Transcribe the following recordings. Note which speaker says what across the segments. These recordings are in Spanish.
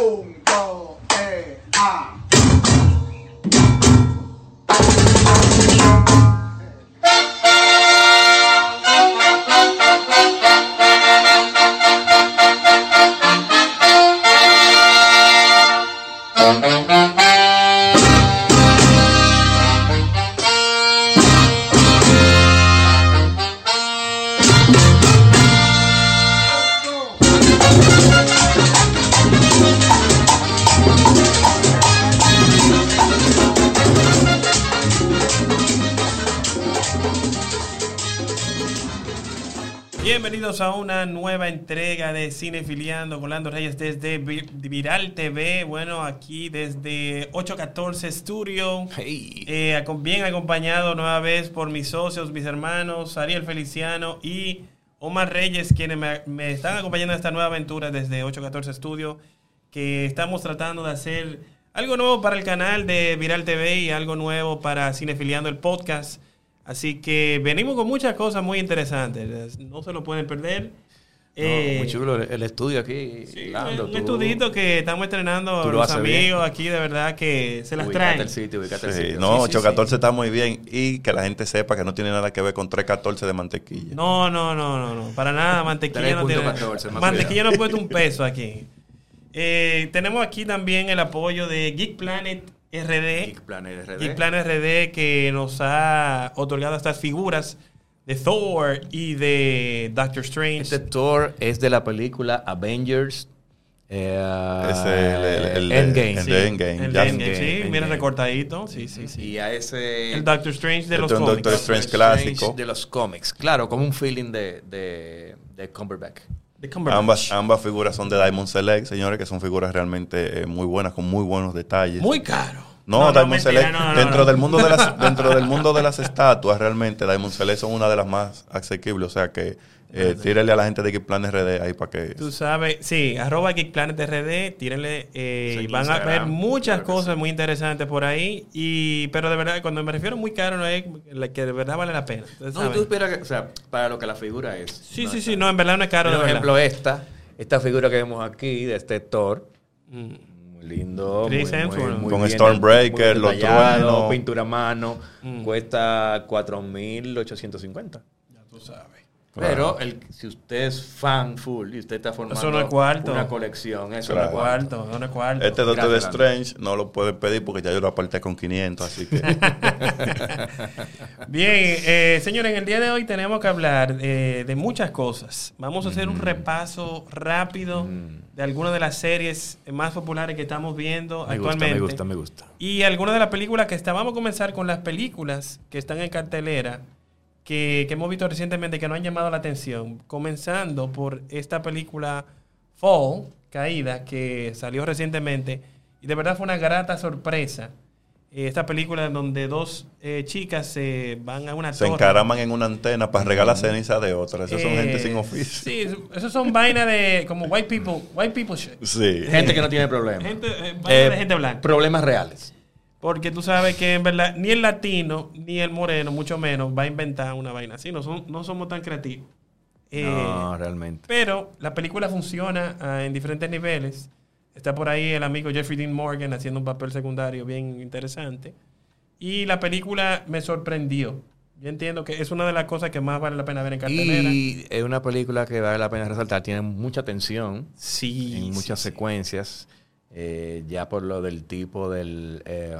Speaker 1: Un, dos, tres, ah.
Speaker 2: Bienvenidos a una nueva entrega de Cinefiliando con Lando Reyes desde Vi- Viral TV. Bueno, aquí desde 814 Studio.
Speaker 3: Hey.
Speaker 2: Eh, acom- bien acompañado nueva vez por mis socios, mis hermanos, Ariel Feliciano y Omar Reyes, quienes me, me están acompañando en esta nueva aventura desde 814 Studio, que estamos tratando de hacer algo nuevo para el canal de Viral TV y algo nuevo para Cinefiliando el podcast. Así que venimos con muchas cosas muy interesantes, no se lo pueden perder.
Speaker 3: No,
Speaker 2: Eh,
Speaker 3: muy chulo el, el estudio aquí.
Speaker 2: sí,
Speaker 3: Lando,
Speaker 2: un
Speaker 3: tú-
Speaker 2: estudito que estamos estrenando
Speaker 3: tú
Speaker 2: a
Speaker 3: lo
Speaker 2: los
Speaker 3: haces bien.
Speaker 2: amigos aquí, de verdad que se las
Speaker 3: ubicate
Speaker 2: traen.
Speaker 3: el sitio, ubicate el
Speaker 4: Sí,
Speaker 3: sitio.
Speaker 4: no,
Speaker 2: sí, sí,
Speaker 4: 814 está muy bien. Y que la gente sepa que no tiene nada que ver con 314 de mantequilla.
Speaker 2: No, no, no, no, no. Para nada, mantequilla no tiene.
Speaker 3: 3.14, más
Speaker 2: mantequilla no ha puesto un peso aquí. Eh, tenemos aquí también el apoyo de Geek Planet RD.
Speaker 3: Geek Planet RD.
Speaker 2: Geek Planet RD que nos ha otorgado estas figuras de Thor y de Doctor Strange.
Speaker 3: Este actor es de la película Avengers. eh,
Speaker 4: Es el, el- el-
Speaker 3: Endgame.
Speaker 4: el
Speaker 2: Sí,
Speaker 4: de Endgame.
Speaker 2: El
Speaker 4: ya.
Speaker 2: de Endgame, sí.
Speaker 3: Endgame.
Speaker 2: Mira recortadito. Sí, sí, sí.
Speaker 3: Y a ese.
Speaker 2: El Doctor Strange de
Speaker 4: Este
Speaker 2: los
Speaker 4: es un
Speaker 2: cómics.
Speaker 4: Doctor Strange clásico.
Speaker 3: De los cómics. Claro, como un feeling de, de, de Cumberbatch.
Speaker 2: De Cumberbatch.
Speaker 4: Ambas, ambas figuras son de Diamond Select, señores, que son figuras realmente eh, muy buenas, con muy buenos detalles.
Speaker 2: Muy caro.
Speaker 4: no, Diamond Select, dentro, Del mundo de las, dentro del mundo de las estatuas, realmente Diamond Select son una de las más asequibles. O sea que eh, tírele a la gente de Geek Plan RD ahí para que...
Speaker 2: Tú sabes, sí, arroba GeekPlanetRD, tírenle eh,
Speaker 3: Sí,
Speaker 2: y van a
Speaker 3: Instagram,
Speaker 2: ver muchas
Speaker 3: claro que
Speaker 2: cosas muy interesantes por ahí. Y, pero de verdad, cuando me refiero muy caro, no es la que de verdad vale la pena. ustedes
Speaker 3: No,
Speaker 2: saben.
Speaker 3: tú esperas que, o sea, para lo que la figura es.
Speaker 2: sí,
Speaker 3: No
Speaker 2: sí,
Speaker 3: es
Speaker 2: sí,
Speaker 3: nada.
Speaker 2: no, en verdad no es caro. de
Speaker 3: Por
Speaker 2: verdad.
Speaker 3: ejemplo, esta, esta figura que vemos aquí de este Thor.
Speaker 2: Mm.
Speaker 3: Muy lindo.
Speaker 2: Chris
Speaker 3: muy- muy-
Speaker 2: Hemsworth.
Speaker 3: muy
Speaker 4: Con
Speaker 3: bien,
Speaker 4: Stormbreaker,
Speaker 3: muy
Speaker 4: los
Speaker 3: detallado,
Speaker 4: truenos.
Speaker 3: Pintura a mano.
Speaker 2: Mm.
Speaker 3: Cuesta 4.850.
Speaker 2: Ya tú sabes.
Speaker 3: Pero el, si usted es fan full y usted está formando
Speaker 2: no es cuarto.
Speaker 3: una colección, eso
Speaker 4: Claro.
Speaker 3: no es cuarto.
Speaker 2: Cuarto, no es cuarto.
Speaker 4: Este Doctor
Speaker 3: Gracias,
Speaker 4: Strange no lo pueden pedir porque ya yo lo aparté con 500, así que...
Speaker 2: Bien, eh, señores, en el día de hoy tenemos que hablar eh, de muchas cosas. Vamos a hacer
Speaker 3: Mm.
Speaker 2: un repaso rápido de algunas de las series más populares que estamos viendo actualmente.
Speaker 3: me gusta.
Speaker 2: Y algunas de las películas que está, vamos a comenzar con las películas que están en cartelera, que, que hemos visto recientemente, que nos han llamado la atención. Comenzando por esta película Fall, Caída, que salió recientemente. Y de verdad fue una grata sorpresa. Eh, Esta película en donde dos eh, chicas se van a una
Speaker 4: se
Speaker 2: torre.
Speaker 4: encaraman en una antena para regalar ceniza de otra. Esas son
Speaker 2: Eh,
Speaker 4: gente sin oficio.
Speaker 2: Sí, esos son vainas de como white people, white people shit.
Speaker 4: Sí.
Speaker 3: Gente que no tiene problemas.
Speaker 2: Gente, eh, vainas
Speaker 3: Eh,
Speaker 2: de gente blanca.
Speaker 3: Problemas reales.
Speaker 2: Porque tú sabes que en verdad ni el latino ni el moreno, mucho menos, va a inventar una vaina así. No, son- no somos tan creativos. Eh,
Speaker 3: no, realmente.
Speaker 2: Pero la película funciona ah, en diferentes niveles. Está por ahí el amigo Jeffrey Dean Morgan haciendo un papel secundario bien interesante. Y la película me sorprendió. Yo entiendo que es una de las cosas que más vale la pena ver en cartelera.
Speaker 3: Y es una película que vale la pena resaltar. Tiene mucha tensión.
Speaker 2: sí.
Speaker 3: en muchas
Speaker 2: sí, sí.
Speaker 3: secuencias, eh, ya por lo del tipo del, eh,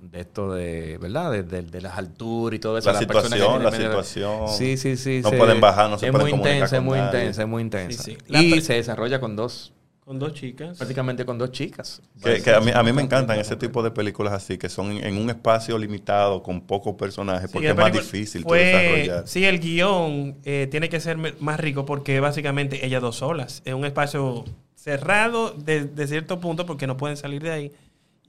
Speaker 3: de esto de, ¿verdad? De, de- de las alturas y todo eso.
Speaker 4: La
Speaker 3: las personas que
Speaker 4: situación, la
Speaker 3: tienen-
Speaker 4: situación.
Speaker 3: Sí, sí, sí.
Speaker 4: No pueden bajar, no se
Speaker 3: es
Speaker 4: pueden
Speaker 3: muy
Speaker 4: comunicar
Speaker 3: intensa, Es
Speaker 4: con
Speaker 3: muy
Speaker 4: nadie.
Speaker 3: intensa, es muy intensa,
Speaker 2: Sí, sí. La
Speaker 3: Y
Speaker 2: pre-
Speaker 3: se desarrolla con dos,
Speaker 2: Con dos chicas.
Speaker 3: prácticamente con dos chicas.
Speaker 4: Que, que a, mí, a mí me encantan ese tipo de películas así, que son en, en un espacio limitado, con pocos personajes,
Speaker 2: Sí,
Speaker 4: porque
Speaker 2: la
Speaker 4: es más
Speaker 2: película
Speaker 4: difícil tú
Speaker 2: fue-
Speaker 4: desarrollar.
Speaker 2: Sí, el guión eh, tiene que ser me- más rico porque básicamente ellas dos solas. Es un espacio cerrado de, de cierto punto porque no pueden salir de ahí.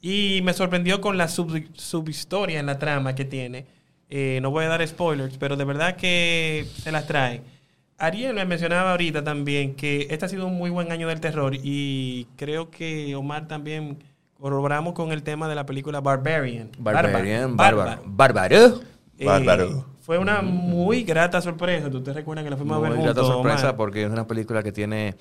Speaker 2: Y me sorprendió con la sub- subhistoria en la trama que tiene. Eh, no voy a dar spoilers, pero de verdad que se las trae. Ariel me mencionaba ahorita también que este ha sido un muy buen año del terror y creo que Omar también corroboramos con el tema de la película Barbarian.
Speaker 3: Barbarian,
Speaker 2: Barba-
Speaker 3: bárbaro. Bárbaro.
Speaker 2: eh,
Speaker 4: Bárbaro.
Speaker 2: Fue una muy grata sorpresa. ¿Tú te recuerdas que la fuimos a ver
Speaker 3: Muy
Speaker 2: juntos?
Speaker 3: grata sorpresa
Speaker 2: Omar?
Speaker 3: porque es una película que tiene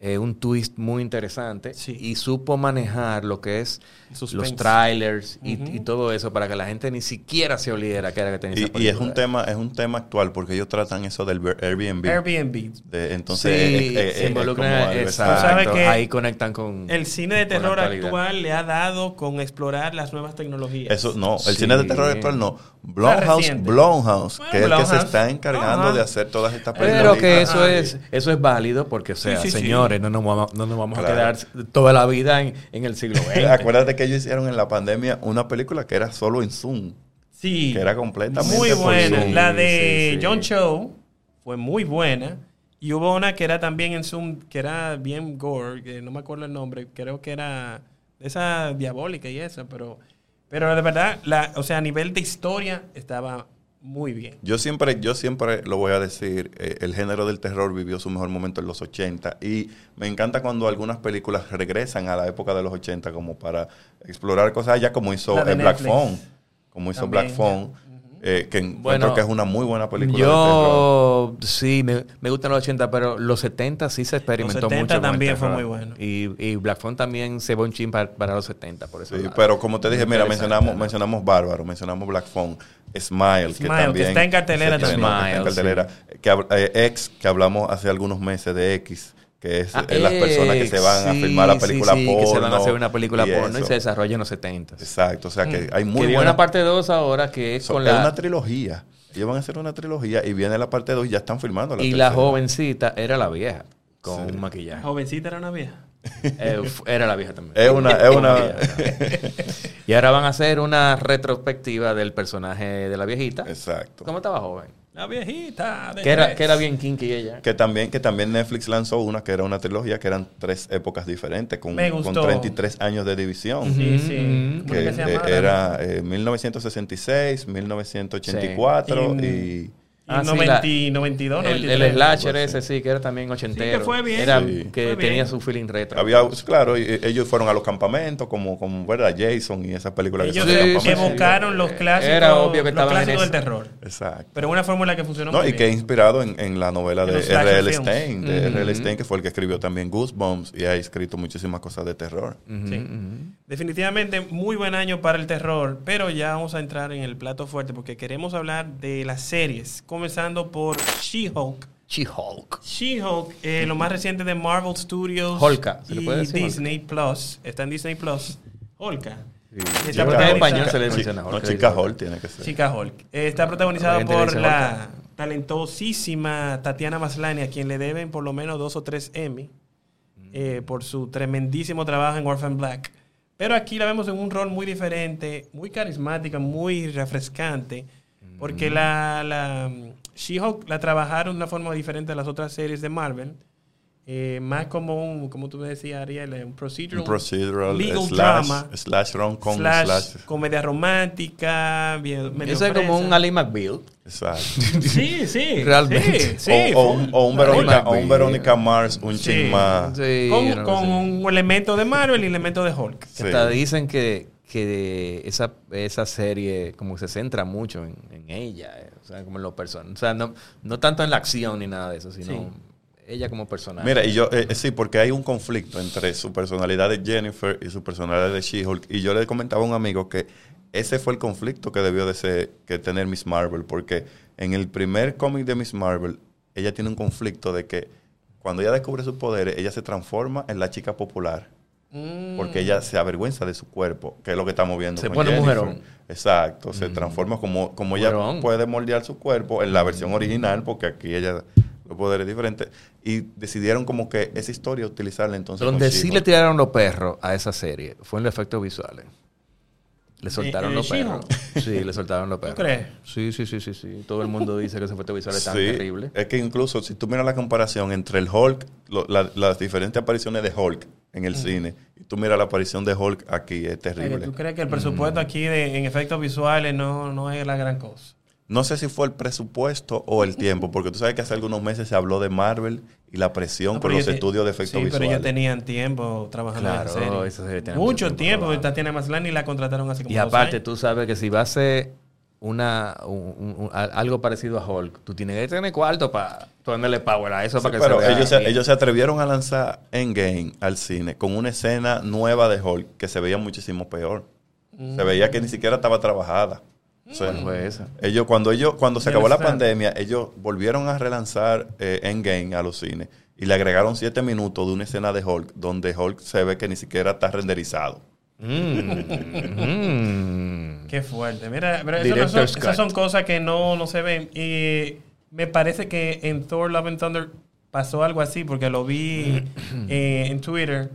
Speaker 3: eh, un twist muy interesante
Speaker 2: Sí.
Speaker 3: y supo manejar lo que es
Speaker 2: Suspense.
Speaker 3: los trailers y,
Speaker 2: Ujú.
Speaker 3: y todo eso para que la gente ni siquiera se oliera que era que tenía esa
Speaker 4: Y, y es
Speaker 3: película.
Speaker 4: un tema es un tema actual porque ellos tratan eso del Air- Airbnb.
Speaker 2: Airbnb.
Speaker 4: De-
Speaker 3: Sí,
Speaker 4: entonces es- es- es-
Speaker 3: se
Speaker 4: es
Speaker 3: involucran-
Speaker 4: como algo
Speaker 3: exacto,
Speaker 4: exacto.
Speaker 2: ¿Sabes que
Speaker 3: ahí conectan con
Speaker 2: El cine de
Speaker 3: con la
Speaker 2: terror
Speaker 3: actualidad.
Speaker 2: actual le ha dado con explorar las nuevas tecnologías.
Speaker 4: Eso no, el
Speaker 3: Sí.
Speaker 4: cine de terror actual no.
Speaker 2: Está
Speaker 4: Blumhouse,
Speaker 2: reciente.
Speaker 4: Blumhouse,
Speaker 2: Bueno,
Speaker 4: que es el que se
Speaker 2: Blumhouse.
Speaker 4: está encargando
Speaker 2: Ajá.
Speaker 4: de hacer todas estas
Speaker 3: Pero
Speaker 4: películas.
Speaker 3: que
Speaker 2: Ajá.
Speaker 3: eso es, eso es válido porque, o sea,
Speaker 2: sí, sí.
Speaker 3: señores, No, nos vamos, no nos vamos
Speaker 4: Claro.
Speaker 3: a quedar toda la vida en, en el siglo XX.
Speaker 4: Acuérdate que ellos hicieron en la pandemia una película que era solo en Zoom,
Speaker 2: Sí.
Speaker 4: que era completamente
Speaker 2: Muy
Speaker 4: por
Speaker 2: buena.
Speaker 4: Zoom.
Speaker 2: La de
Speaker 3: Sí, sí.
Speaker 2: John Cho fue muy buena. Y hubo una que era también en Zoom, que era bien gore, que no me acuerdo el nombre, creo que era esa diabólica y esa, pero, pero de verdad, la, o sea, a nivel de historia estaba muy bien.
Speaker 4: Yo siempre, yo siempre lo voy a decir, eh, el género del terror vivió su mejor momento en los 80 y me encanta cuando algunas películas regresan a la época de los 80 como para explorar cosas ya como hizo
Speaker 2: La de
Speaker 4: eh, Black
Speaker 2: Netflix.
Speaker 4: Phone, como hizo
Speaker 2: También,
Speaker 4: Black Phone, eh, que encuentro
Speaker 3: Bueno,
Speaker 4: que es una muy buena película de terror.
Speaker 3: Yo, sí, me, me gustan los 80, pero los 70 sí se experimentó
Speaker 2: Los 70
Speaker 3: mucho. con el
Speaker 2: también fue
Speaker 3: terror.
Speaker 2: muy bueno.
Speaker 3: Y, y Black Phone también se va un chin para, para los 70, por eso.
Speaker 4: Sí, pero como te dije, mira,
Speaker 3: Ah, Interesante,
Speaker 4: mencionamos,
Speaker 3: ¿no?
Speaker 4: mencionamos Bárbaro, mencionamos Black Phone, Smile, que
Speaker 2: Smile, que
Speaker 4: también...
Speaker 2: está en cartelera
Speaker 4: se estrenó,
Speaker 3: también.
Speaker 4: que está en
Speaker 3: Smile,
Speaker 4: cartelera. Que hab- eh, X, que hablamos hace algunos meses de X, que es
Speaker 3: Ah,
Speaker 4: eh, las personas que se van a
Speaker 3: sí,
Speaker 4: filmar la
Speaker 3: sí,
Speaker 4: película
Speaker 3: sí,
Speaker 4: porno.
Speaker 3: Que se van a hacer una película
Speaker 4: y
Speaker 3: porno y
Speaker 4: eso.
Speaker 3: se desarrolla en los 70.
Speaker 4: Exacto, o sea que hay
Speaker 3: Muy
Speaker 4: muy
Speaker 3: que viene
Speaker 4: buena
Speaker 3: una parte 2 ahora que es
Speaker 4: so-
Speaker 3: con
Speaker 4: es
Speaker 3: la...
Speaker 4: una trilogía. Ellos van a hacer una trilogía y viene la parte 2 y ya están filmando la
Speaker 3: y la
Speaker 4: tercera.
Speaker 3: jovencita era la vieja, con
Speaker 4: Sí.
Speaker 3: un maquillaje.
Speaker 2: Jovencita era una vieja.
Speaker 3: Eh, fu- era la vieja también.
Speaker 4: Es una, es una
Speaker 3: Y ahora van a hacer una retrospectiva del personaje de la viejita.
Speaker 4: Exacto.
Speaker 3: ¿Cómo estaba joven?
Speaker 2: La viejita. de
Speaker 3: Que era,
Speaker 2: tres.
Speaker 3: que era bien kinky ella.
Speaker 4: Que también, que también Netflix lanzó una que era una trilogía que eran tres épocas diferentes, con,
Speaker 2: Me
Speaker 4: con
Speaker 2: gustó.
Speaker 4: 33 años de división.
Speaker 2: Sí, sí.
Speaker 3: Mm,
Speaker 2: ¿Cómo
Speaker 4: Que
Speaker 2: que se
Speaker 4: eh,
Speaker 2: llamaba?
Speaker 4: era
Speaker 3: Ah,
Speaker 4: eh, 1966, 1984
Speaker 2: Sí.
Speaker 4: y...
Speaker 2: Y
Speaker 3: Ah, sí,
Speaker 2: 90,
Speaker 3: la-
Speaker 2: 92,
Speaker 3: El,
Speaker 2: 93.
Speaker 3: el slasher
Speaker 4: algo
Speaker 3: ese sí, que era también ochentero.
Speaker 2: Sí, que fue bien.
Speaker 3: Era,
Speaker 4: Sí.
Speaker 3: Que
Speaker 2: Fue bien.
Speaker 3: tenía su feeling retro.
Speaker 4: Había, claro, y- y ellos fueron a los campamentos como, como ¿verdad? Jason y esas películas
Speaker 2: Ellos
Speaker 4: que son de
Speaker 3: Sí, sí,
Speaker 4: campamento.
Speaker 2: evocaron los
Speaker 3: Eh,
Speaker 2: clásicos,
Speaker 3: era obvio que
Speaker 2: los
Speaker 3: estaban en
Speaker 2: clásicos del
Speaker 3: eso.
Speaker 2: terror.
Speaker 4: Exacto.
Speaker 2: Pero una fórmula que funcionó
Speaker 4: No,
Speaker 2: muy
Speaker 4: y que
Speaker 2: bien.
Speaker 4: inspirado en, en la novela
Speaker 2: En
Speaker 4: de
Speaker 2: los slasher
Speaker 4: R.L.
Speaker 2: films.
Speaker 4: Stein, de
Speaker 3: Ujú.
Speaker 4: R.L. Stein, que fue el que escribió también Goosebumps y ha escrito muchísimas cosas de terror.
Speaker 3: Ujú,
Speaker 2: Sí.
Speaker 3: ujú.
Speaker 2: Definitivamente muy buen año para el terror, pero ya vamos a entrar en el plato fuerte porque queremos hablar de las series, comenzando por She-Hulk.
Speaker 3: She-Hulk.
Speaker 2: She-Hulk, eh, lo más reciente de Marvel Studios
Speaker 3: Hulka, ¿se le
Speaker 2: y
Speaker 3: puede decir
Speaker 2: Disney Plus. Está en Disney Plus. Hulka.
Speaker 4: Sí,
Speaker 2: Está
Speaker 3: Yo creo que en
Speaker 2: protagonizada-
Speaker 3: español se le
Speaker 4: Chi-
Speaker 3: menciona
Speaker 4: No,
Speaker 3: Hulk,
Speaker 4: Chica
Speaker 3: dice
Speaker 4: Hall tiene que ser.
Speaker 2: Chica Hulk. Eh, está protagonizada
Speaker 3: Obviamente
Speaker 2: por
Speaker 3: dice
Speaker 2: la talentosísima Tatiana Maslany, a quien le deben por lo menos dos o tres Emmy
Speaker 3: Mm.
Speaker 2: eh, por su tremendísimo trabajo en Orphan Black. Pero aquí la vemos en un rol muy diferente, muy carismática, muy refrescante,
Speaker 3: Mm.
Speaker 2: porque la, la mm, She-Hulk la trabajaron de una forma diferente a las otras series de Marvel. eh, más como un, como tú me decías, Ariel, eh, un procedural,
Speaker 4: Un procedural
Speaker 2: legal
Speaker 4: slash,
Speaker 2: drama,
Speaker 4: slash rom com
Speaker 2: slash,
Speaker 4: slash,
Speaker 2: comedia romántica, bien- medio
Speaker 3: Eso es como
Speaker 2: fresa.
Speaker 3: un Ali McBeal.
Speaker 4: Exacto.
Speaker 2: Sí, sí. Sí,
Speaker 3: Realmente.
Speaker 2: sí,
Speaker 4: o, o un, o un
Speaker 2: full.
Speaker 4: Verónica,
Speaker 3: Full.
Speaker 4: o un Verónica Mars, un
Speaker 2: Sí.
Speaker 4: chin más.
Speaker 3: Sí,
Speaker 2: Con,
Speaker 3: era
Speaker 2: con
Speaker 3: así.
Speaker 2: un elemento de Marvel y elemento de Hulk.
Speaker 4: Sí.
Speaker 3: Hasta dicen que, que esa, esa serie como que se centra mucho en, en ella, eh, o sea, como en los personajes. O sea, no, no tanto en la acción ni nada de eso, sino
Speaker 2: Sí.
Speaker 3: ella como personaje.
Speaker 4: Mira, y yo, eh, eh, sí, porque hay un conflicto entre su personalidad de Jennifer y su personalidad de She-Hulk. Y yo le comentaba a un amigo que ese fue el conflicto que debió de ser, que tener Miss Marvel, porque en el primer cómic de Miss Marvel, ella tiene un conflicto de que cuando ella descubre sus poderes, ella se transforma en la chica popular.
Speaker 2: Mm.
Speaker 3: Mm.
Speaker 4: Porque ella se avergüenza de su cuerpo, que es lo que estamos viendo.
Speaker 3: Se
Speaker 4: con
Speaker 3: pone
Speaker 4: Jennifer.
Speaker 3: mujerón. Mm.
Speaker 4: Exacto, se transforma como, como ella
Speaker 3: Mujerón.
Speaker 4: puede moldear su cuerpo en la versión original, porque aquí ella los poderes diferentes. Y decidieron como que esa historia utilizarla entonces. con
Speaker 3: Donde sí
Speaker 4: She-Hulk.
Speaker 3: le tiraron los perros a esa serie fue en los efectos visuales. Le soltaron
Speaker 2: eh,
Speaker 3: los perros.
Speaker 2: She-Hulk.
Speaker 3: Sí, le soltaron los perros.
Speaker 2: crees?
Speaker 3: Sí, sí, sí, sí, sí. Todo el mundo dice que esos efectos visuales están
Speaker 4: Sí, Eh,
Speaker 3: terribles.
Speaker 4: Es que incluso si tú miras la comparación entre el Hulk, lo- la- las diferentes apariciones de Hulk en el cine, y tú miras la aparición de Hulk aquí, es
Speaker 2: Oye,
Speaker 4: terrible.
Speaker 2: ¿Tú crees que el
Speaker 4: Mm.
Speaker 2: presupuesto aquí de- en efectos visuales no, no es la gran cosa?
Speaker 4: No sé si fue el presupuesto o el tiempo, porque tú sabes que hace algunos meses se habló de Marvel y la
Speaker 2: No,
Speaker 4: presión con
Speaker 2: pero
Speaker 4: los
Speaker 2: ellos te-
Speaker 4: estudios de efectos
Speaker 2: sí,
Speaker 4: visuales.
Speaker 2: pero ellos tenían tiempo trabajando
Speaker 3: Claro,
Speaker 2: en la serie.
Speaker 3: esa serie tenía
Speaker 2: Mucho
Speaker 3: mucho tiempo
Speaker 2: tiempo.
Speaker 3: trabajando.
Speaker 2: Tatiana Maslany la contrataron hace como
Speaker 3: Y
Speaker 2: dos
Speaker 3: aparte,
Speaker 2: años.
Speaker 3: tú sabes que si va a ser una, un- un- un- a- algo parecido a Hulk, tú tienes que tener cuarto para ponerle power a eso
Speaker 4: Sí,
Speaker 3: para que
Speaker 4: pero
Speaker 3: se vea
Speaker 4: ellos, se,
Speaker 3: bien.
Speaker 4: ellos se atrevieron a lanzar Endgame al cine con una escena nueva de Hulk que se veía muchísimo peor. Se veía
Speaker 2: Mm.
Speaker 4: que ni siquiera estaba trabajada. O sea,
Speaker 3: ¿Cuál fue esa?
Speaker 4: ellos, cuando ellos, cuando se
Speaker 2: Ya
Speaker 4: acabó la
Speaker 2: está.
Speaker 4: pandemia, ellos volvieron a relanzar eh, Endgame a los cines y le agregaron siete minutos de una escena de Hulk donde Hulk se ve que ni siquiera está renderizado.
Speaker 3: Mm, mm.
Speaker 2: Qué fuerte. Mira, pero eso no son-
Speaker 3: Director's
Speaker 2: esas son
Speaker 3: cut.
Speaker 2: cosas que no, no se ven. Y me parece que en Thor Love and Thunder pasó algo así, porque lo vi eh, en Twitter,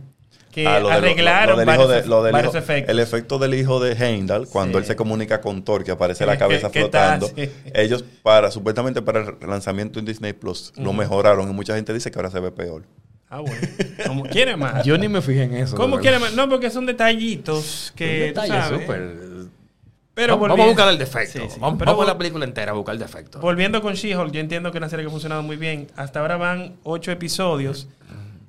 Speaker 2: que
Speaker 4: Ah, lo de- lo-
Speaker 2: Eh, arreglaron
Speaker 4: lo del hijo
Speaker 2: varios,
Speaker 4: de- lo del
Speaker 2: varios
Speaker 4: hijo-
Speaker 2: efectos.
Speaker 4: El efecto del hijo de Heimdall, cuando
Speaker 2: Sí.
Speaker 4: él se comunica con Thor, que aparece
Speaker 2: Que-
Speaker 4: la cabeza
Speaker 2: que- que está
Speaker 4: flotando.
Speaker 2: así.
Speaker 4: Ellos, para supuestamente para el lanzamiento en Disney Plus, lo mejoraron y mucha gente dice que ahora se ve peor.
Speaker 2: Ah, bueno. Como quiere más.
Speaker 3: Yo ni me fijé en eso.
Speaker 2: ¿Cómo
Speaker 3: de
Speaker 2: quiere
Speaker 3: verdad.
Speaker 2: más? No, porque son detallitos que.
Speaker 3: Un detalle
Speaker 2: tú sabes.
Speaker 3: súper-
Speaker 2: Pero
Speaker 3: vamos, vamos a
Speaker 2: volviendo-
Speaker 3: buscar el defecto.
Speaker 2: Sí, sí.
Speaker 3: Vamos,
Speaker 2: Pero
Speaker 3: vamos a
Speaker 2: vol-
Speaker 3: la película entera a buscar el defecto.
Speaker 2: Volviendo con She-Hulk, yo entiendo que es una serie que ha funcionado muy bien. Hasta ahora van ocho episodios.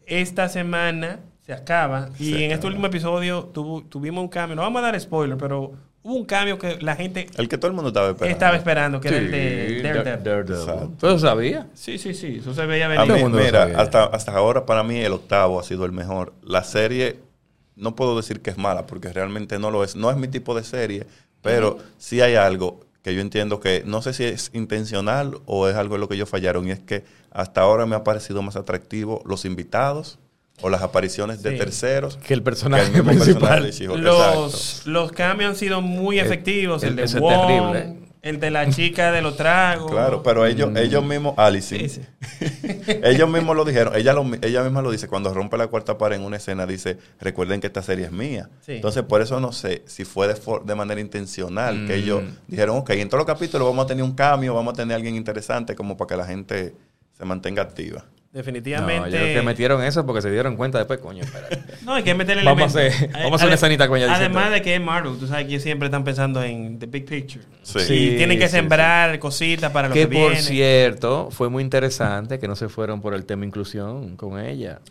Speaker 2: Esta semana se acaba. Y en este último episodio tuvo- tuvimos un cambio. No vamos a dar spoiler, pero hubo un cambio que la gente
Speaker 4: El que todo el mundo estaba esperando.
Speaker 2: estaba esperando, que era
Speaker 3: Sí,
Speaker 2: el de Daredevil.
Speaker 3: Daredevil.
Speaker 4: Exacto.
Speaker 3: Pero sabía.
Speaker 2: Sí, sí, sí. Eso se veía
Speaker 4: A
Speaker 2: venir.
Speaker 3: Todo el
Speaker 4: mí,
Speaker 3: mundo lo
Speaker 4: mira,
Speaker 3: sabía.
Speaker 4: hasta, hasta ahora para mí el octavo ha sido el mejor. La serie, no puedo decir que es mala, porque realmente no lo es. No es mi tipo de serie, pero sí hay algo que yo entiendo que no sé si es intencional o es algo en lo que ellos fallaron. Y es que hasta ahora me ha parecido más atractivo los invitados o las apariciones de
Speaker 2: Sí.
Speaker 4: terceros
Speaker 3: Que el
Speaker 4: que
Speaker 3: personaje
Speaker 4: el mismo personaje
Speaker 3: principal.
Speaker 4: de She-Hulk. Exacto.
Speaker 2: los, los cambios han sido muy
Speaker 3: El-
Speaker 2: efectivos. El,
Speaker 3: el-
Speaker 2: de
Speaker 3: eso es
Speaker 2: Wong,
Speaker 3: terrible.
Speaker 2: el de la chica de los tragos.
Speaker 4: Claro, pero ellos, ellos mismos, Alice,
Speaker 2: Sí, sí.
Speaker 4: ellos mismos lo dijeron, ella, lo- ella misma lo dice, cuando rompe la cuarta pared en una escena, dice, recuerden que esta serie es mía.
Speaker 2: Sí.
Speaker 4: Entonces, por eso no sé si fue de, for- de manera intencional, que ellos dijeron, ok, en todos los capítulos vamos a tener un cambio, vamos a tener a alguien interesante como para que la gente se mantenga activa.
Speaker 2: Definitivamente.
Speaker 3: No, yo creo que metieron eso porque se dieron cuenta después, coño, espérate.
Speaker 2: No, hay que meterle
Speaker 3: Vamos a
Speaker 2: elementos.
Speaker 3: hacer-
Speaker 2: Ay,
Speaker 3: vamos a hacer
Speaker 2: adem-
Speaker 3: una escenita con ella
Speaker 2: Además
Speaker 3: diciendo-
Speaker 2: de que es Marvel, tú sabes que ellos siempre están pensando en the big picture.
Speaker 4: Sí.
Speaker 2: y tienen que
Speaker 3: sí,
Speaker 2: sembrar cositas para lo que,
Speaker 3: Que por
Speaker 2: viene.
Speaker 3: cierto, fue muy interesante que no se fueron por el tema inclusión con ella.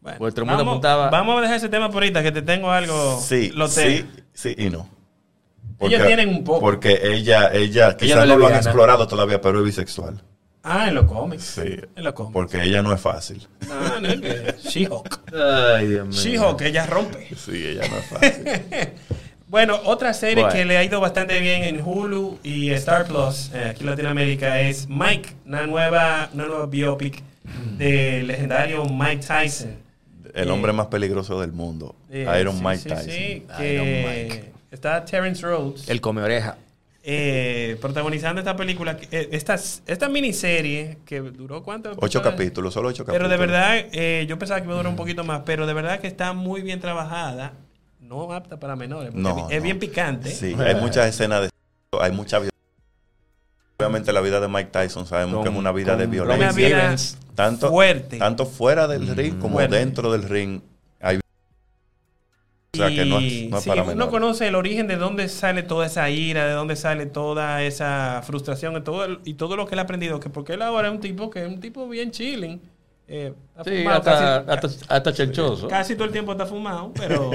Speaker 2: Bueno,
Speaker 3: Vuestro mundo
Speaker 2: vamos,
Speaker 3: apuntaba-
Speaker 2: vamos a dejar ese tema por ahorita, que te tengo algo.
Speaker 4: Sí,
Speaker 2: lo te-
Speaker 4: sí, sí y no.
Speaker 2: tienen un poco.
Speaker 4: Porque ella, ella
Speaker 3: no
Speaker 4: quizás no,
Speaker 3: es
Speaker 4: lo han
Speaker 3: lesbiana.
Speaker 4: explorado todavía, pero es bisexual.
Speaker 2: Ah, en los cómics.
Speaker 4: Sí.
Speaker 2: En los cómics. Ah,
Speaker 4: Porque ella no es fácil.
Speaker 2: No, no, es que- She-Hulk.
Speaker 3: Ay, Dios
Speaker 2: She-Hulk, ella rompe.
Speaker 4: Sí, ella no es fácil.
Speaker 2: Bueno, otra serie
Speaker 3: Bueno.
Speaker 2: que le ha ido bastante bien en Hulu y Star Plus, eh, aquí en Latinoamérica, es Mike, una nueva, una nueva biopic
Speaker 4: Mm.
Speaker 2: del legendario Mike Tyson.
Speaker 4: El
Speaker 2: Eh,
Speaker 4: hombre más peligroso del mundo.
Speaker 2: Eh,
Speaker 4: Iron
Speaker 2: sí,
Speaker 4: Mike
Speaker 2: sí,
Speaker 4: Tyson.
Speaker 2: sí,
Speaker 3: Tyson.
Speaker 2: que
Speaker 3: Iron Mike.
Speaker 2: Está Terrence Rhodes
Speaker 3: El come oreja.
Speaker 2: eh, protagonizando esta película, que- eh, esta, esta miniserie que duró cuánto?
Speaker 4: Ocho
Speaker 2: episodios?
Speaker 4: capítulos, solo ocho
Speaker 2: Pero
Speaker 4: capítulos.
Speaker 2: de verdad, eh, yo pensaba que iba a durar un poquito más, pero de verdad que está muy bien trabajada, no apta para menores, porque
Speaker 4: No,
Speaker 2: es
Speaker 4: no.
Speaker 2: bien picante.
Speaker 4: Sí, hay muchas escenas de. Hay mucha violencia. Obviamente, la vida de Mike Tyson sabemos que es una vida de
Speaker 3: con
Speaker 2: Una
Speaker 4: violencia.
Speaker 3: Robin
Speaker 2: vida
Speaker 3: Stevens.
Speaker 4: tanto,
Speaker 2: fuerte.
Speaker 4: tanto fuera del
Speaker 3: Mm.
Speaker 4: ring como
Speaker 2: Fuerte.
Speaker 4: dentro del ring. Hay, o sea, que no es, no es
Speaker 2: sí,
Speaker 4: para
Speaker 2: uno
Speaker 4: menores.
Speaker 2: conoce el origen de dónde sale toda esa ira, de dónde sale toda esa frustración y todo, el- y todo lo que él ha aprendido. Que porque él ahora es un tipo que es un tipo bien chilling. eh, ha
Speaker 3: Sí,
Speaker 2: fumado
Speaker 3: hasta,
Speaker 2: casi,
Speaker 3: hasta, hasta chelchoso.
Speaker 2: casi todo el tiempo está fumado, pero,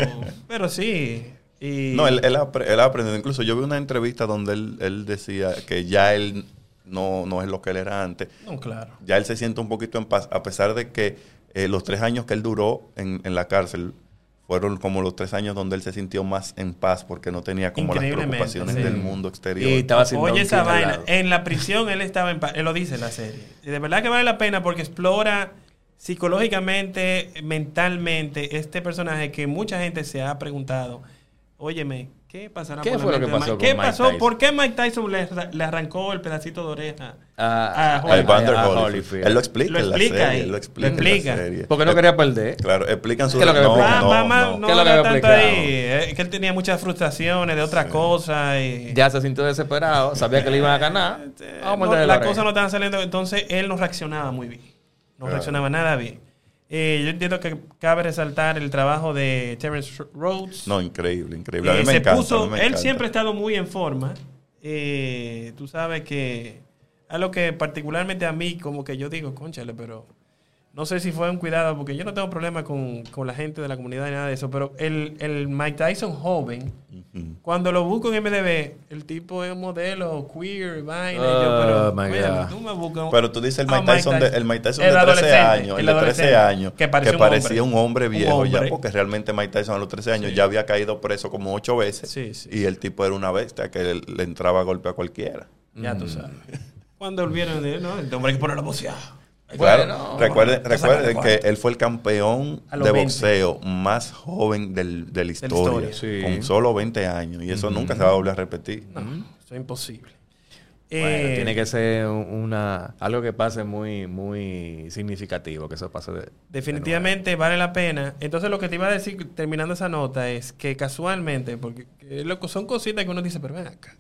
Speaker 2: pero sí. Y,
Speaker 4: No, él, él, ha apre- él ha aprendido. Incluso yo vi una entrevista donde él, él decía que ya él no, no es lo que él era antes.
Speaker 2: No, claro.
Speaker 4: ya él se siente un poquito en paz, a pesar de que eh, los tres años que él duró en, en la cárcel fueron como los tres años donde él se sintió más en paz porque no tenía como las
Speaker 2: Increíblemente,
Speaker 4: preocupaciones
Speaker 2: sí.
Speaker 4: del mundo exterior.
Speaker 3: Y estaba sin
Speaker 2: Oye,
Speaker 3: Don
Speaker 2: esa
Speaker 3: King al
Speaker 2: vaina.
Speaker 3: lado.
Speaker 2: En la prisión él estaba en paz. Él lo dice en la serie. Y de verdad que vale la pena porque explora psicológicamente, mentalmente, este personaje que mucha gente se ha preguntado. Óyeme, ¿qué pasará
Speaker 3: ¿Qué
Speaker 2: por la
Speaker 3: fue lo
Speaker 2: mente
Speaker 3: que
Speaker 2: de
Speaker 3: pasó
Speaker 2: Mike?
Speaker 3: con
Speaker 2: ¿Qué
Speaker 3: Mike
Speaker 2: pasó?
Speaker 3: Tyson?
Speaker 2: ¿Por qué Mike Tyson le, le arrancó el pedacito de oreja?
Speaker 3: A-
Speaker 2: a-
Speaker 4: Al
Speaker 2: Oye,
Speaker 4: Vander
Speaker 3: a- a
Speaker 4: Holyfield.
Speaker 3: Holyfield.
Speaker 4: Él lo explica,
Speaker 2: Lo
Speaker 4: en la
Speaker 2: explica
Speaker 4: serie,
Speaker 2: ahí.
Speaker 4: él lo explica,
Speaker 2: Lo
Speaker 4: en la
Speaker 2: explica.
Speaker 4: serie.
Speaker 3: Porque no quería perder.
Speaker 4: Claro, explican su
Speaker 3: ¿Qué es lo que me
Speaker 4: no,
Speaker 3: explica?
Speaker 2: Mamá,
Speaker 4: no,
Speaker 2: Ah, mamá,
Speaker 4: no.
Speaker 2: no,
Speaker 3: ¿Qué es lo que
Speaker 2: haga
Speaker 3: le
Speaker 2: tanto
Speaker 3: aplicaba?
Speaker 2: ahí. Eh, que él tenía muchas frustraciones de otras cosas. Y...
Speaker 3: Ya se sintió desesperado, sabía que le iban a ganar.
Speaker 2: Eh,
Speaker 3: Vamos
Speaker 2: no,
Speaker 3: a
Speaker 2: las cosas no estaban saliendo, entonces él no reaccionaba muy bien. No
Speaker 4: Claro.
Speaker 2: reaccionaba nada bien. Eh, yo entiendo que cabe resaltar el trabajo de Terrence Rhodes.
Speaker 4: No, increíble, increíble. A
Speaker 2: Eh,
Speaker 4: mí me
Speaker 2: se
Speaker 4: encanta.
Speaker 2: puso-
Speaker 4: a mí me
Speaker 2: él
Speaker 4: encanta.
Speaker 2: siempre ha estado muy en forma. Eh, tú sabes que algo que particularmente a mí, como que yo digo, conchale, pero no sé si fue un cuidado, porque yo no tengo problema con, con la gente de la comunidad ni nada de eso, pero el, el Mike Tyson joven
Speaker 4: Ujú.
Speaker 2: Cuando lo busco en MDB, el tipo es modelo, queer, vaina. y
Speaker 3: Oh,
Speaker 2: yo, pero,
Speaker 3: my
Speaker 2: mira,
Speaker 3: God.
Speaker 2: tú me buscas un-
Speaker 4: Pero tú dices el
Speaker 2: Ah,
Speaker 4: Mike Tyson, de, el Mike Tyson de 13
Speaker 2: adolescente,
Speaker 4: años, el de 13
Speaker 2: adolescente,
Speaker 4: años,
Speaker 2: que parecía, un, hombre.
Speaker 4: un hombre viejo ya,
Speaker 2: hombre.
Speaker 4: porque realmente Mike Tyson a los 13 años
Speaker 2: Sí.
Speaker 4: ya había caído preso como ocho veces
Speaker 2: Sí, sí,
Speaker 4: y el tipo era una bestia que le, le entraba a golpe a cualquiera.
Speaker 2: Ya
Speaker 4: Mm.
Speaker 2: tú sabes. Cuando volvieron de él, ¿no? El hombre hay que poner la música.
Speaker 4: Claro,
Speaker 3: Bueno,
Speaker 4: recuerden,
Speaker 2: vamos a
Speaker 4: recuerden
Speaker 2: sacarle
Speaker 4: que él fue el campeón
Speaker 2: A
Speaker 4: de
Speaker 2: los 20.
Speaker 4: boxeo más joven del- de la historia,
Speaker 2: historia.
Speaker 3: Sí.
Speaker 4: con solo 20 años, y eso nunca se va a volver a repetir. Mm.
Speaker 2: No, eso es imposible.
Speaker 3: Bueno,
Speaker 2: Eh,
Speaker 3: tiene que ser una, algo que pase muy, muy significativo, que eso pase de- de
Speaker 2: Definitivamente vale la pena. Entonces lo que te iba a decir terminando esa nota es que casualmente, porque eh, loco, son cositas que uno dice, pero ven acá.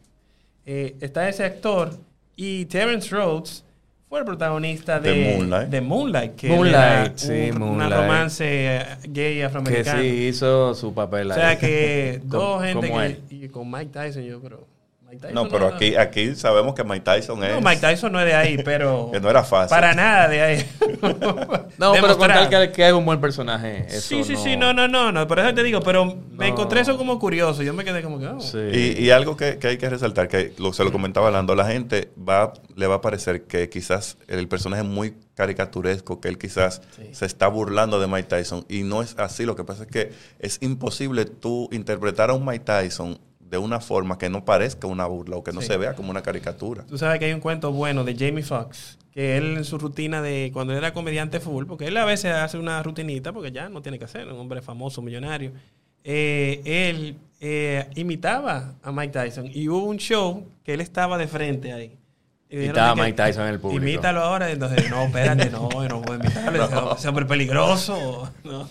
Speaker 2: Eh, está ese actor y Terrence Rhodes fue el protagonista de,
Speaker 4: De Moonlight.
Speaker 2: de Moonlight, que
Speaker 3: Moonlight,
Speaker 2: era
Speaker 3: sí,
Speaker 2: un-
Speaker 3: Moonlight.
Speaker 2: una romance eh, gay
Speaker 3: nuevo. Que
Speaker 2: afroamericano.
Speaker 3: sí hizo su papel
Speaker 2: O
Speaker 3: ahí.
Speaker 2: sea que
Speaker 3: Como-
Speaker 2: dos gente
Speaker 3: como
Speaker 2: que,
Speaker 3: él.
Speaker 2: y con Mike Tyson yo, pero Mike Tyson
Speaker 4: No, pero
Speaker 2: era-
Speaker 4: aquí, aquí sabemos que Mike Tyson es...
Speaker 2: no, Mike Tyson no es de ahí, pero
Speaker 4: Que no era fácil.
Speaker 2: para nada de ahí.
Speaker 3: No, pero con
Speaker 2: Demostrado.
Speaker 3: tal que, que es un buen personaje. eso
Speaker 2: sí, sí, sí, no, no, no, no. Por eso te digo, pero me encontré eso como curioso. Yo me quedé como que. oh.
Speaker 3: Sí.
Speaker 4: Y, y algo que, que hay que resaltar, que lo, se lo comentaba Lando, la gente va, le va a parecer que quizás el personaje es muy caricaturesco, que él quizás se está burlando de Mike Tyson. Y no es así. Lo que pasa es que es imposible tú interpretar a un Mike Tyson de una forma que no parezca una burla o que no
Speaker 2: Sí.
Speaker 4: se vea como una caricatura.
Speaker 2: Tú sabes que hay un cuento bueno de Jamie Foxx, que él en su rutina de cuando era comediante full, porque él a veces hace una rutinita porque ya no tiene que hacer, un hombre famoso, millonario. eh, él eh, imitaba a Mike Tyson y hubo un show que él estaba de frente ahí. Y dijeron
Speaker 3: estaba
Speaker 2: de que,
Speaker 3: Mike Tyson en el público.
Speaker 2: Imítalo ahora, entonces, no, espérate, no, yo no puedo imitarlo, ese hombre- ese hombre es peligroso. No.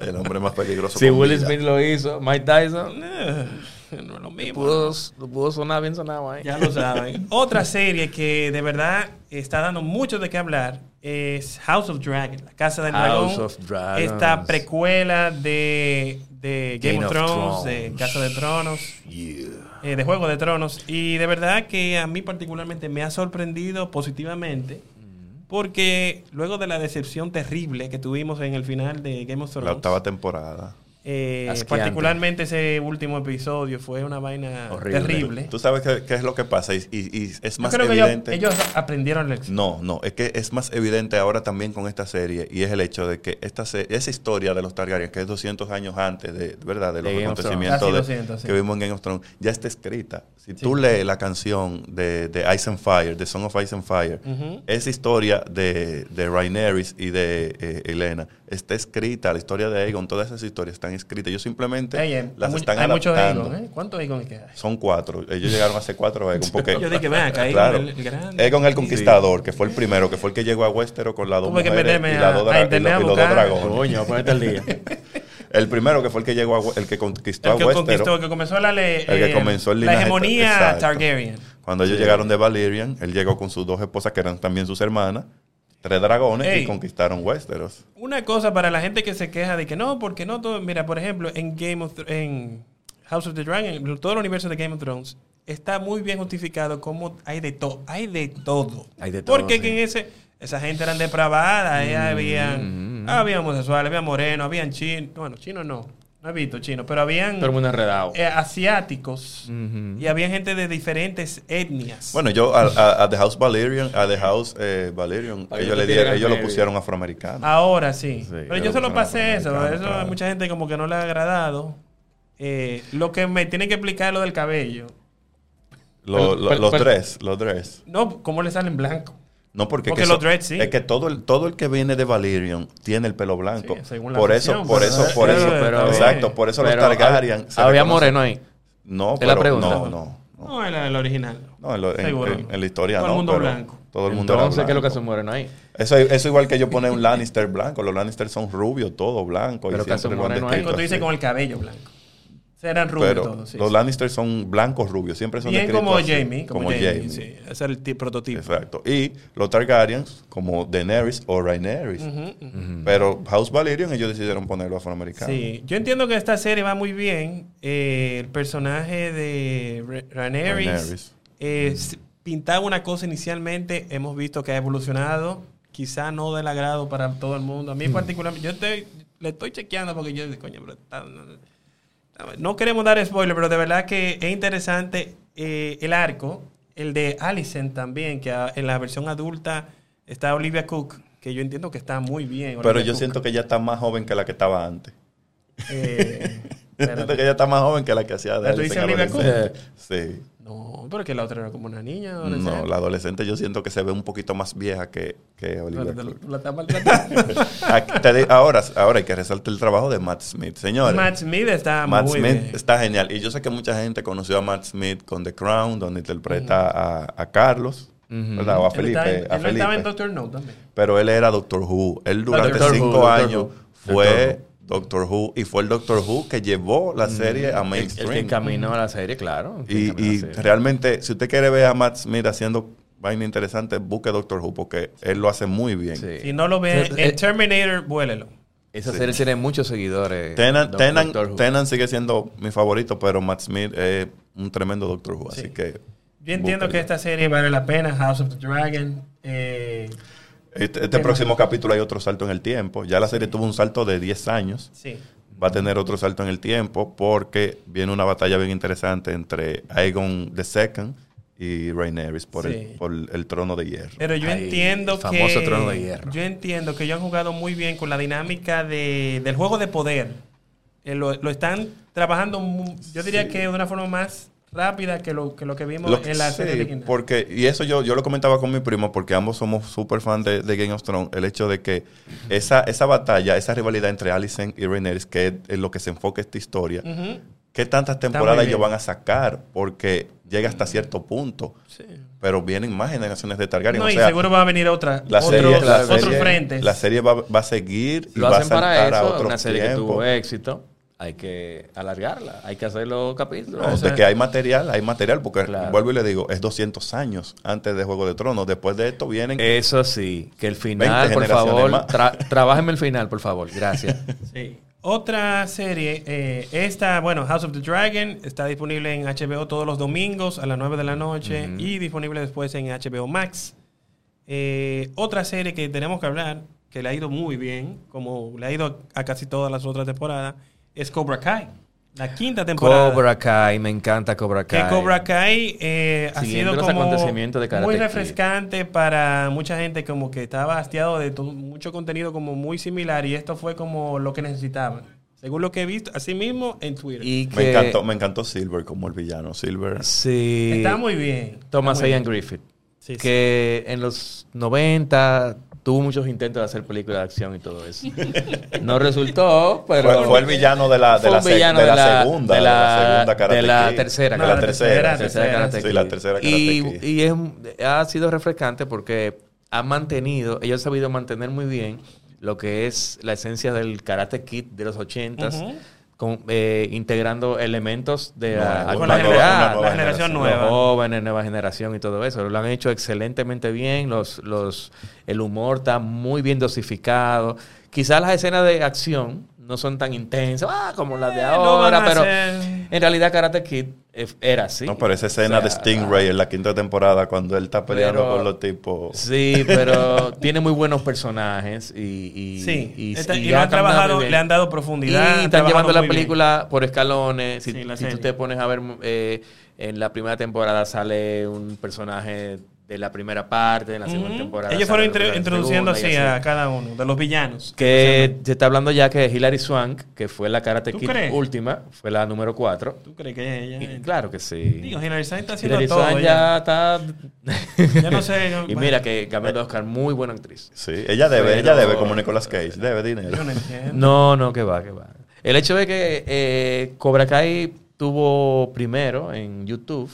Speaker 4: El hombre más peligroso.
Speaker 3: Si
Speaker 4: con
Speaker 3: Will
Speaker 4: vida.
Speaker 3: Smith lo hizo, Mike Tyson
Speaker 2: no es lo mismo.
Speaker 3: pudo, pudo sonar bien sonado ahí.
Speaker 2: Ya lo saben. Otra serie que de verdad está dando mucho de qué hablar es House of Dragon, la casa del dragón.
Speaker 3: House of Dragons.
Speaker 2: Esta precuela de, de Game,
Speaker 3: Game
Speaker 2: of,
Speaker 3: of
Speaker 2: Thrones, de
Speaker 3: Thrones.
Speaker 2: Casa de Tronos,
Speaker 3: Yeah.
Speaker 2: eh, de Juego de Tronos. Y de verdad que a mí particularmente me ha sorprendido positivamente. Porque luego de la decepción terrible que tuvimos en el final de Game of Thrones,
Speaker 4: La octava temporada.
Speaker 2: eh,
Speaker 3: Asqueante.
Speaker 2: particularmente ese último episodio fue una vaina
Speaker 3: Horrible.
Speaker 2: terrible.
Speaker 4: Tú sabes qué, qué es lo que pasa y, y- y es
Speaker 2: Yo
Speaker 4: más
Speaker 2: creo que ellos-
Speaker 4: evidente.
Speaker 2: ellos, aprendieron la lección.
Speaker 4: No, no, es que es más evidente ahora también con esta serie y es el hecho de que esta se- esa historia de los Targaryen, que es 200 años antes de, ¿verdad? de los
Speaker 3: De Game of
Speaker 4: acontecimientos
Speaker 2: Thrones.
Speaker 4: de-
Speaker 2: Casi 200, sí.
Speaker 4: que vimos en Game of Thrones, ya está escrita. Si tú lees la canción de, de Ice and Fire, de Song of Ice and Fire,
Speaker 2: Ujú.
Speaker 4: esa historia de, de Rhaenyra y de eh, Elena está escrita, la historia de Aegon, todas esas historias están escritas. Yo simplemente
Speaker 2: Ey, eh,
Speaker 4: las
Speaker 2: hay mu-
Speaker 4: están
Speaker 2: hay muchos
Speaker 4: adaptando.
Speaker 2: Aegon, ¿eh? ¿Cuántos Aegon es que hay?
Speaker 4: Son cuatro. Ellos llegaron hace cuatro Aegon. Porque,
Speaker 2: Yo dije, ven acá, Aegon
Speaker 4: Claro.
Speaker 2: el, el grande.
Speaker 4: Egon el Conquistador, que fue el primero, que fue el que llegó a Westeros con las dos
Speaker 2: Tuve que
Speaker 4: mujeres
Speaker 2: meterme
Speaker 4: y, las
Speaker 2: a-
Speaker 4: dos
Speaker 2: a
Speaker 4: dra- y
Speaker 2: internet a
Speaker 4: los- y los dos
Speaker 2: buscar.
Speaker 4: dragones.
Speaker 3: Coño, ponete al día.
Speaker 4: El primero que fue el que llegó a, We- el que conquistó
Speaker 2: El que
Speaker 4: a
Speaker 2: conquistó,
Speaker 4: Westeros.
Speaker 2: el que comenzó la, le- eh,
Speaker 4: El que comenzó el
Speaker 2: la
Speaker 4: linaje-
Speaker 2: hegemonía
Speaker 4: exacto.
Speaker 2: Targaryen.
Speaker 4: Cuando ellos llegaron de Valyrian, él llegó con sus dos esposas que eran también sus hermanas, tres dragones
Speaker 2: Ey.
Speaker 4: y conquistaron Westeros.
Speaker 2: Una cosa para la gente que se queja de que no, porque no todo. Mira, por ejemplo, en Game of Thro- en House of the Dragon, en todo el universo de Game of Thrones, está muy bien justificado como hay de todo. Hay de todo.
Speaker 3: Hay de todo,
Speaker 2: Porque
Speaker 3: sí.
Speaker 2: en ese, esa gente eran depravada,
Speaker 4: Mm,
Speaker 2: ahí habían, había homosexuales, había morenos, habían chinos. Bueno, chinos no. No he visto chinos, pero habían.
Speaker 3: Todo el mundo enredado.
Speaker 2: eh, asiáticos
Speaker 3: Ujú.
Speaker 2: y había gente de diferentes etnias.
Speaker 4: Bueno, yo a, a- a The House Valyrian, a The House eh, Valyrian,
Speaker 3: Para que
Speaker 4: ellos,
Speaker 3: no
Speaker 4: le
Speaker 3: te tiren
Speaker 4: dieron, ellos lo
Speaker 3: al medio.
Speaker 4: pusieron afroamericano.
Speaker 2: Ahora sí.
Speaker 3: Sí,
Speaker 2: Pero
Speaker 4: creo
Speaker 2: yo
Speaker 4: que
Speaker 2: solo
Speaker 4: son
Speaker 2: pasé eso.
Speaker 4: afroamericanos,
Speaker 2: Eso a
Speaker 4: claro.
Speaker 2: mucha gente como que no le ha agradado. Eh, lo que me tiene que explicar es lo del cabello.
Speaker 4: Lo- lo-
Speaker 3: Pero-
Speaker 4: los
Speaker 3: pero-
Speaker 4: tres, los tres.
Speaker 2: No, ¿cómo le salen blanco?
Speaker 4: No, porque,
Speaker 2: Porque
Speaker 4: que
Speaker 2: los
Speaker 4: eso-
Speaker 2: dreads, sí.
Speaker 4: es que todo el, todo el que viene de Valyrian tiene el pelo blanco.
Speaker 2: Sí, según la
Speaker 4: por eso,
Speaker 2: afición,
Speaker 4: por
Speaker 2: pero-
Speaker 4: eso, por
Speaker 2: pero-
Speaker 4: eso,
Speaker 2: pero-
Speaker 4: exacto, por eso
Speaker 3: Pero
Speaker 4: los Targaryen. se
Speaker 3: Había
Speaker 4: reconocen-
Speaker 3: moreno ahí.
Speaker 4: No,
Speaker 3: Es
Speaker 4: pero
Speaker 3: la pregunta.
Speaker 4: no, no. no.
Speaker 2: No, era el original.
Speaker 4: No, en, lo- en-
Speaker 2: Seguro.
Speaker 4: en- en la historia
Speaker 2: Todo el
Speaker 4: no,
Speaker 2: mundo
Speaker 4: pero
Speaker 2: blanco.
Speaker 4: Todo el mundo era
Speaker 3: Entonces, ¿qué es lo que hace
Speaker 4: blanco.
Speaker 3: un moreno ahí?
Speaker 4: Eso, eso igual que yo poner un Lannister blanco. Los Lannister son rubios, todo blanco.
Speaker 3: Pero
Speaker 4: y
Speaker 3: que hace
Speaker 4: siempre lo han
Speaker 3: moreno ahí.
Speaker 2: Cuando
Speaker 4: descrito
Speaker 2: tú dices
Speaker 4: así.
Speaker 2: con el cabello blanco. Serán rubios
Speaker 4: Pero
Speaker 2: todos. sí,
Speaker 4: los
Speaker 2: sí.
Speaker 4: Lannister son blancos rubios. Siempre son
Speaker 2: Bien
Speaker 4: descritos
Speaker 2: como
Speaker 4: así,
Speaker 2: Jamie. Como, Jamie.
Speaker 4: Jaime.
Speaker 2: sí. Ese es el ti- prototipo.
Speaker 4: Exacto. Y los Targaryens como Daenerys o Rhaenerys.
Speaker 2: Ujú, ujú.
Speaker 4: Pero House Valyrian ellos decidieron ponerlo afroamericano.
Speaker 2: Sí, yo entiendo que esta serie va muy bien. Eh, el personaje de Ra- Rhaenyra
Speaker 4: Rhaenyra.
Speaker 2: eh, s- pintaba una cosa inicialmente. Hemos visto que ha evolucionado. Quizá no del agrado
Speaker 4: Hmm.
Speaker 2: para todo el mundo. A mí particularmente, yo estoy- le estoy chequeando porque yo, coño, pero está- No queremos dar spoiler, pero de verdad que es interesante eh, el arco. El de Allison también, que a- en la versión adulta está Olivia Cook, que yo entiendo que está muy bien.
Speaker 4: Pero yo siento que ella está más joven que la que estaba antes.
Speaker 2: Eh,
Speaker 4: Yo siento que
Speaker 2: que...
Speaker 4: ella está más joven que la que hacía de
Speaker 2: ¿Ah, tú dices
Speaker 4: Alice en
Speaker 2: Olivia Cook?
Speaker 4: Adolescente. Sí.
Speaker 2: No, pero que la otra era como una niña.
Speaker 4: No, la adolescente yo siento que se ve un poquito más vieja que, que Olivia Cook.
Speaker 2: La está maltratando.
Speaker 4: Aquí te di- ahora, ahora hay que resaltar el trabajo de Matt Smith, señores.
Speaker 2: Matt Smith
Speaker 3: Ah,
Speaker 2: está
Speaker 4: Matt
Speaker 2: muy
Speaker 4: Smith
Speaker 2: bien.
Speaker 4: está genial. Y yo sé que mucha gente conoció a Matt Smith con The Crown, donde interpreta a, a Carlos,
Speaker 3: Ujú.
Speaker 4: ¿verdad? O a
Speaker 2: Él
Speaker 4: Felipe.
Speaker 2: está en-
Speaker 4: a
Speaker 2: él no estaba en
Speaker 4: Felipe.
Speaker 2: Doctor No también.
Speaker 4: Pero él era Doctor Who. Él durante
Speaker 3: Ah, Doctor Who,
Speaker 4: cinco
Speaker 3: Doctor
Speaker 4: años
Speaker 3: Who.
Speaker 4: fue Doctor Who. Y fue el Doctor Who que llevó la serie a
Speaker 3: El- El,
Speaker 4: mainstream.
Speaker 3: que encaminó a la serie, claro. el que
Speaker 4: Y,
Speaker 3: encaminó a la
Speaker 4: y
Speaker 3: serie.
Speaker 4: realmente, si usted quiere ver a Matt Smith haciendo vaina interesante, busque Doctor Who porque él lo hace muy bien.
Speaker 3: Sí.
Speaker 2: Si no lo ve
Speaker 3: Entonces, eh,
Speaker 2: en Terminator, vuélelo.
Speaker 3: Esa serie tiene muchos seguidores.
Speaker 4: Tenan,
Speaker 3: Doc-
Speaker 4: Tenan-
Speaker 3: Doctor Who.
Speaker 4: Tenan sigue siendo mi favorito, pero Matt Smith es un tremendo Doctor Who.
Speaker 2: Sí.
Speaker 4: Así que.
Speaker 2: Yo entiendo
Speaker 4: búsquelo.
Speaker 2: que esta serie vale la pena. House of the Dragon. eh,
Speaker 4: Este, este próximo capítulo hay otro salto en el tiempo. Ya la serie tuvo un salto de 10 años.
Speaker 2: sí.
Speaker 4: va a tener otro salto en el tiempo porque viene una batalla bien interesante entre Aegon II y Rhaenyra por,
Speaker 2: Sí.
Speaker 4: el, por el trono de hierro.
Speaker 2: Pero yo
Speaker 3: Ay,
Speaker 2: entiendo
Speaker 3: el famoso
Speaker 2: que.
Speaker 3: trono de hierro.
Speaker 2: Yo entiendo que ellos han jugado muy bien con la dinámica de- del juego de poder. Eh, lo, lo están trabajando, mu- yo diría que de una forma más rápida que lo que, lo que vimos
Speaker 4: Lo que-
Speaker 2: en la
Speaker 4: sí,
Speaker 2: serie original.
Speaker 4: porque y eso yo, yo lo comentaba con mi primo porque ambos somos súper fan de, de Game of Thrones el hecho de que esa, esa batalla esa rivalidad entre Alicent y Rhaenyra que es en lo que se enfoca esta historia
Speaker 2: Ujú.
Speaker 4: qué
Speaker 2: Mm.
Speaker 4: tantas
Speaker 2: muy
Speaker 4: temporadas ellos
Speaker 2: bien. Mm.
Speaker 4: van a sacar porque llega hasta cierto punto pero vienen más generaciones de Targaryen
Speaker 2: No,
Speaker 4: o
Speaker 2: y
Speaker 4: sea,
Speaker 2: seguro va a venir otra.
Speaker 4: La
Speaker 2: otros-
Speaker 4: serie, la
Speaker 2: otros
Speaker 4: serie-
Speaker 2: frentes.
Speaker 4: la serie va, va a seguir y
Speaker 3: Lo
Speaker 4: va a
Speaker 3: hacen para
Speaker 4: saltar a
Speaker 3: eso.
Speaker 4: otro
Speaker 3: Una serie que
Speaker 4: tiempo.
Speaker 3: tuvo éxito. Hay que alargarla. Hay que hacer los capítulos.
Speaker 4: No,
Speaker 2: O sea,
Speaker 4: de que hay material, hay material, porque
Speaker 3: Claro.
Speaker 4: vuelvo y le digo, es 200 años antes de Juego de Tronos. Después de esto vienen...
Speaker 3: Eso sí. Que el
Speaker 4: 20
Speaker 3: final, por
Speaker 4: generaciones
Speaker 3: favor.
Speaker 4: más.
Speaker 3: tra- trabájenme el final, por favor. Gracias.
Speaker 2: Sí. Otra serie, eh, esta, bueno, House of the Dragon, está disponible en HBO todos los domingos a las 9 de la noche y disponible después en HBO Max. Eh, otra serie que tenemos que hablar, que le ha ido muy bien, como le ha ido a casi todas las otras temporadas, es Cobra Kai. La quinta temporada.
Speaker 3: Cobra Kai. Me encanta Cobra
Speaker 2: Que
Speaker 3: Kai.
Speaker 2: Cobra Kai eh, ha
Speaker 3: Siguiendo
Speaker 2: sido
Speaker 3: los
Speaker 2: como
Speaker 3: acontecimientos de Karate
Speaker 2: muy
Speaker 3: Kid.
Speaker 2: refrescante para mucha gente como que estaba hastiado de to- mucho contenido como muy similar y esto fue como lo que necesitaban. Según lo que he visto, así mismo en Twitter.
Speaker 3: Y que,
Speaker 4: me, encantó, me encantó Silver como el villano. Silver...
Speaker 3: Sí.
Speaker 2: está muy bien.
Speaker 3: Thomas
Speaker 2: Está muy
Speaker 3: Ian
Speaker 2: bien.
Speaker 3: Griffith.
Speaker 2: Sí,
Speaker 3: que en los 90 tuvo muchos intentos de hacer películas de acción y todo eso. No resultó, pero...
Speaker 4: fue, fue el villano de la, de
Speaker 3: Fue
Speaker 4: la,
Speaker 3: un
Speaker 4: sec-
Speaker 3: villano
Speaker 4: de la segunda,
Speaker 3: de la,
Speaker 4: segunda Karate
Speaker 3: de la
Speaker 4: Kid.
Speaker 3: tercera,
Speaker 4: De
Speaker 2: No,
Speaker 4: la
Speaker 2: la
Speaker 4: tercera.
Speaker 2: tercera.
Speaker 3: Karate
Speaker 4: Sí, la
Speaker 3: Kid.
Speaker 4: tercera Karate
Speaker 3: Y,
Speaker 4: Kid.
Speaker 3: y es- ha sido refrescante porque ha mantenido, ellos han sabido mantener muy bien lo que es la esencia del Karate Kid de los 80s,
Speaker 2: Ujú.
Speaker 3: con, eh, integrando elementos de
Speaker 4: No,
Speaker 3: la
Speaker 4: una
Speaker 2: Con la,
Speaker 4: nueva-
Speaker 2: genera-
Speaker 4: una nueva
Speaker 2: la generación
Speaker 4: generación.
Speaker 2: nueva.
Speaker 3: los jóvenes, nueva generación y todo eso. Lo han hecho excelentemente bien. Los, los, el humor está muy bien dosificado. Quizás las escenas de acción no son tan intensas ah, como las de
Speaker 2: Eh, no van
Speaker 3: ahora,
Speaker 2: a
Speaker 3: pero
Speaker 2: ser-
Speaker 3: en realidad Karate Kid eh, era así.
Speaker 4: No, pero esa escena
Speaker 3: O sea,
Speaker 4: de Stingray en la quinta temporada, cuando él está peleando
Speaker 3: Pero-
Speaker 4: con los tipos...
Speaker 3: Sí, pero tiene muy buenos personajes y, y,
Speaker 2: Sí,
Speaker 3: y-
Speaker 2: está-
Speaker 3: y
Speaker 2: y lo
Speaker 3: ha
Speaker 2: han
Speaker 3: caminado
Speaker 2: trabajado,
Speaker 3: muy bien.
Speaker 2: le han dado profundidad, han
Speaker 3: Y están
Speaker 2: trabajado
Speaker 3: llevando la
Speaker 2: muy bien.
Speaker 3: película por escalones. Si,
Speaker 2: Sí, la
Speaker 3: si tú
Speaker 2: serie.
Speaker 3: te pones a ver, eh, en la primera temporada sale un personaje de la primera parte, en la segunda
Speaker 2: Ujú.
Speaker 3: temporada.
Speaker 2: Ellos fueron
Speaker 3: sale otro de
Speaker 2: intro-
Speaker 3: la
Speaker 2: introduciendo
Speaker 3: segunda y
Speaker 2: así a cada uno de los villanos.
Speaker 3: Que se está hablando ya que Hilary Swank, que fue la Karate
Speaker 2: ¿Tú
Speaker 3: Kid
Speaker 2: crees?
Speaker 3: última, fue la número 4.
Speaker 2: ¿Tú crees que ella?
Speaker 3: Claro que sí.
Speaker 2: Digo, Hilary Swank está haciendo
Speaker 3: Hilary
Speaker 2: todo.
Speaker 3: Swank
Speaker 2: ella.
Speaker 3: ya está.
Speaker 2: Ya no sé, yo-
Speaker 3: y
Speaker 2: bueno.
Speaker 3: mira que ganó el Oscar, muy buena actriz.
Speaker 4: Sí, ella debe,
Speaker 3: Pero-
Speaker 4: ella debe, como Nicolas Cage, debe dinero.
Speaker 2: Yo no entiendo.
Speaker 3: No, no, que va, que va. El hecho de que eh, Cobra Kai tuvo primero en YouTube.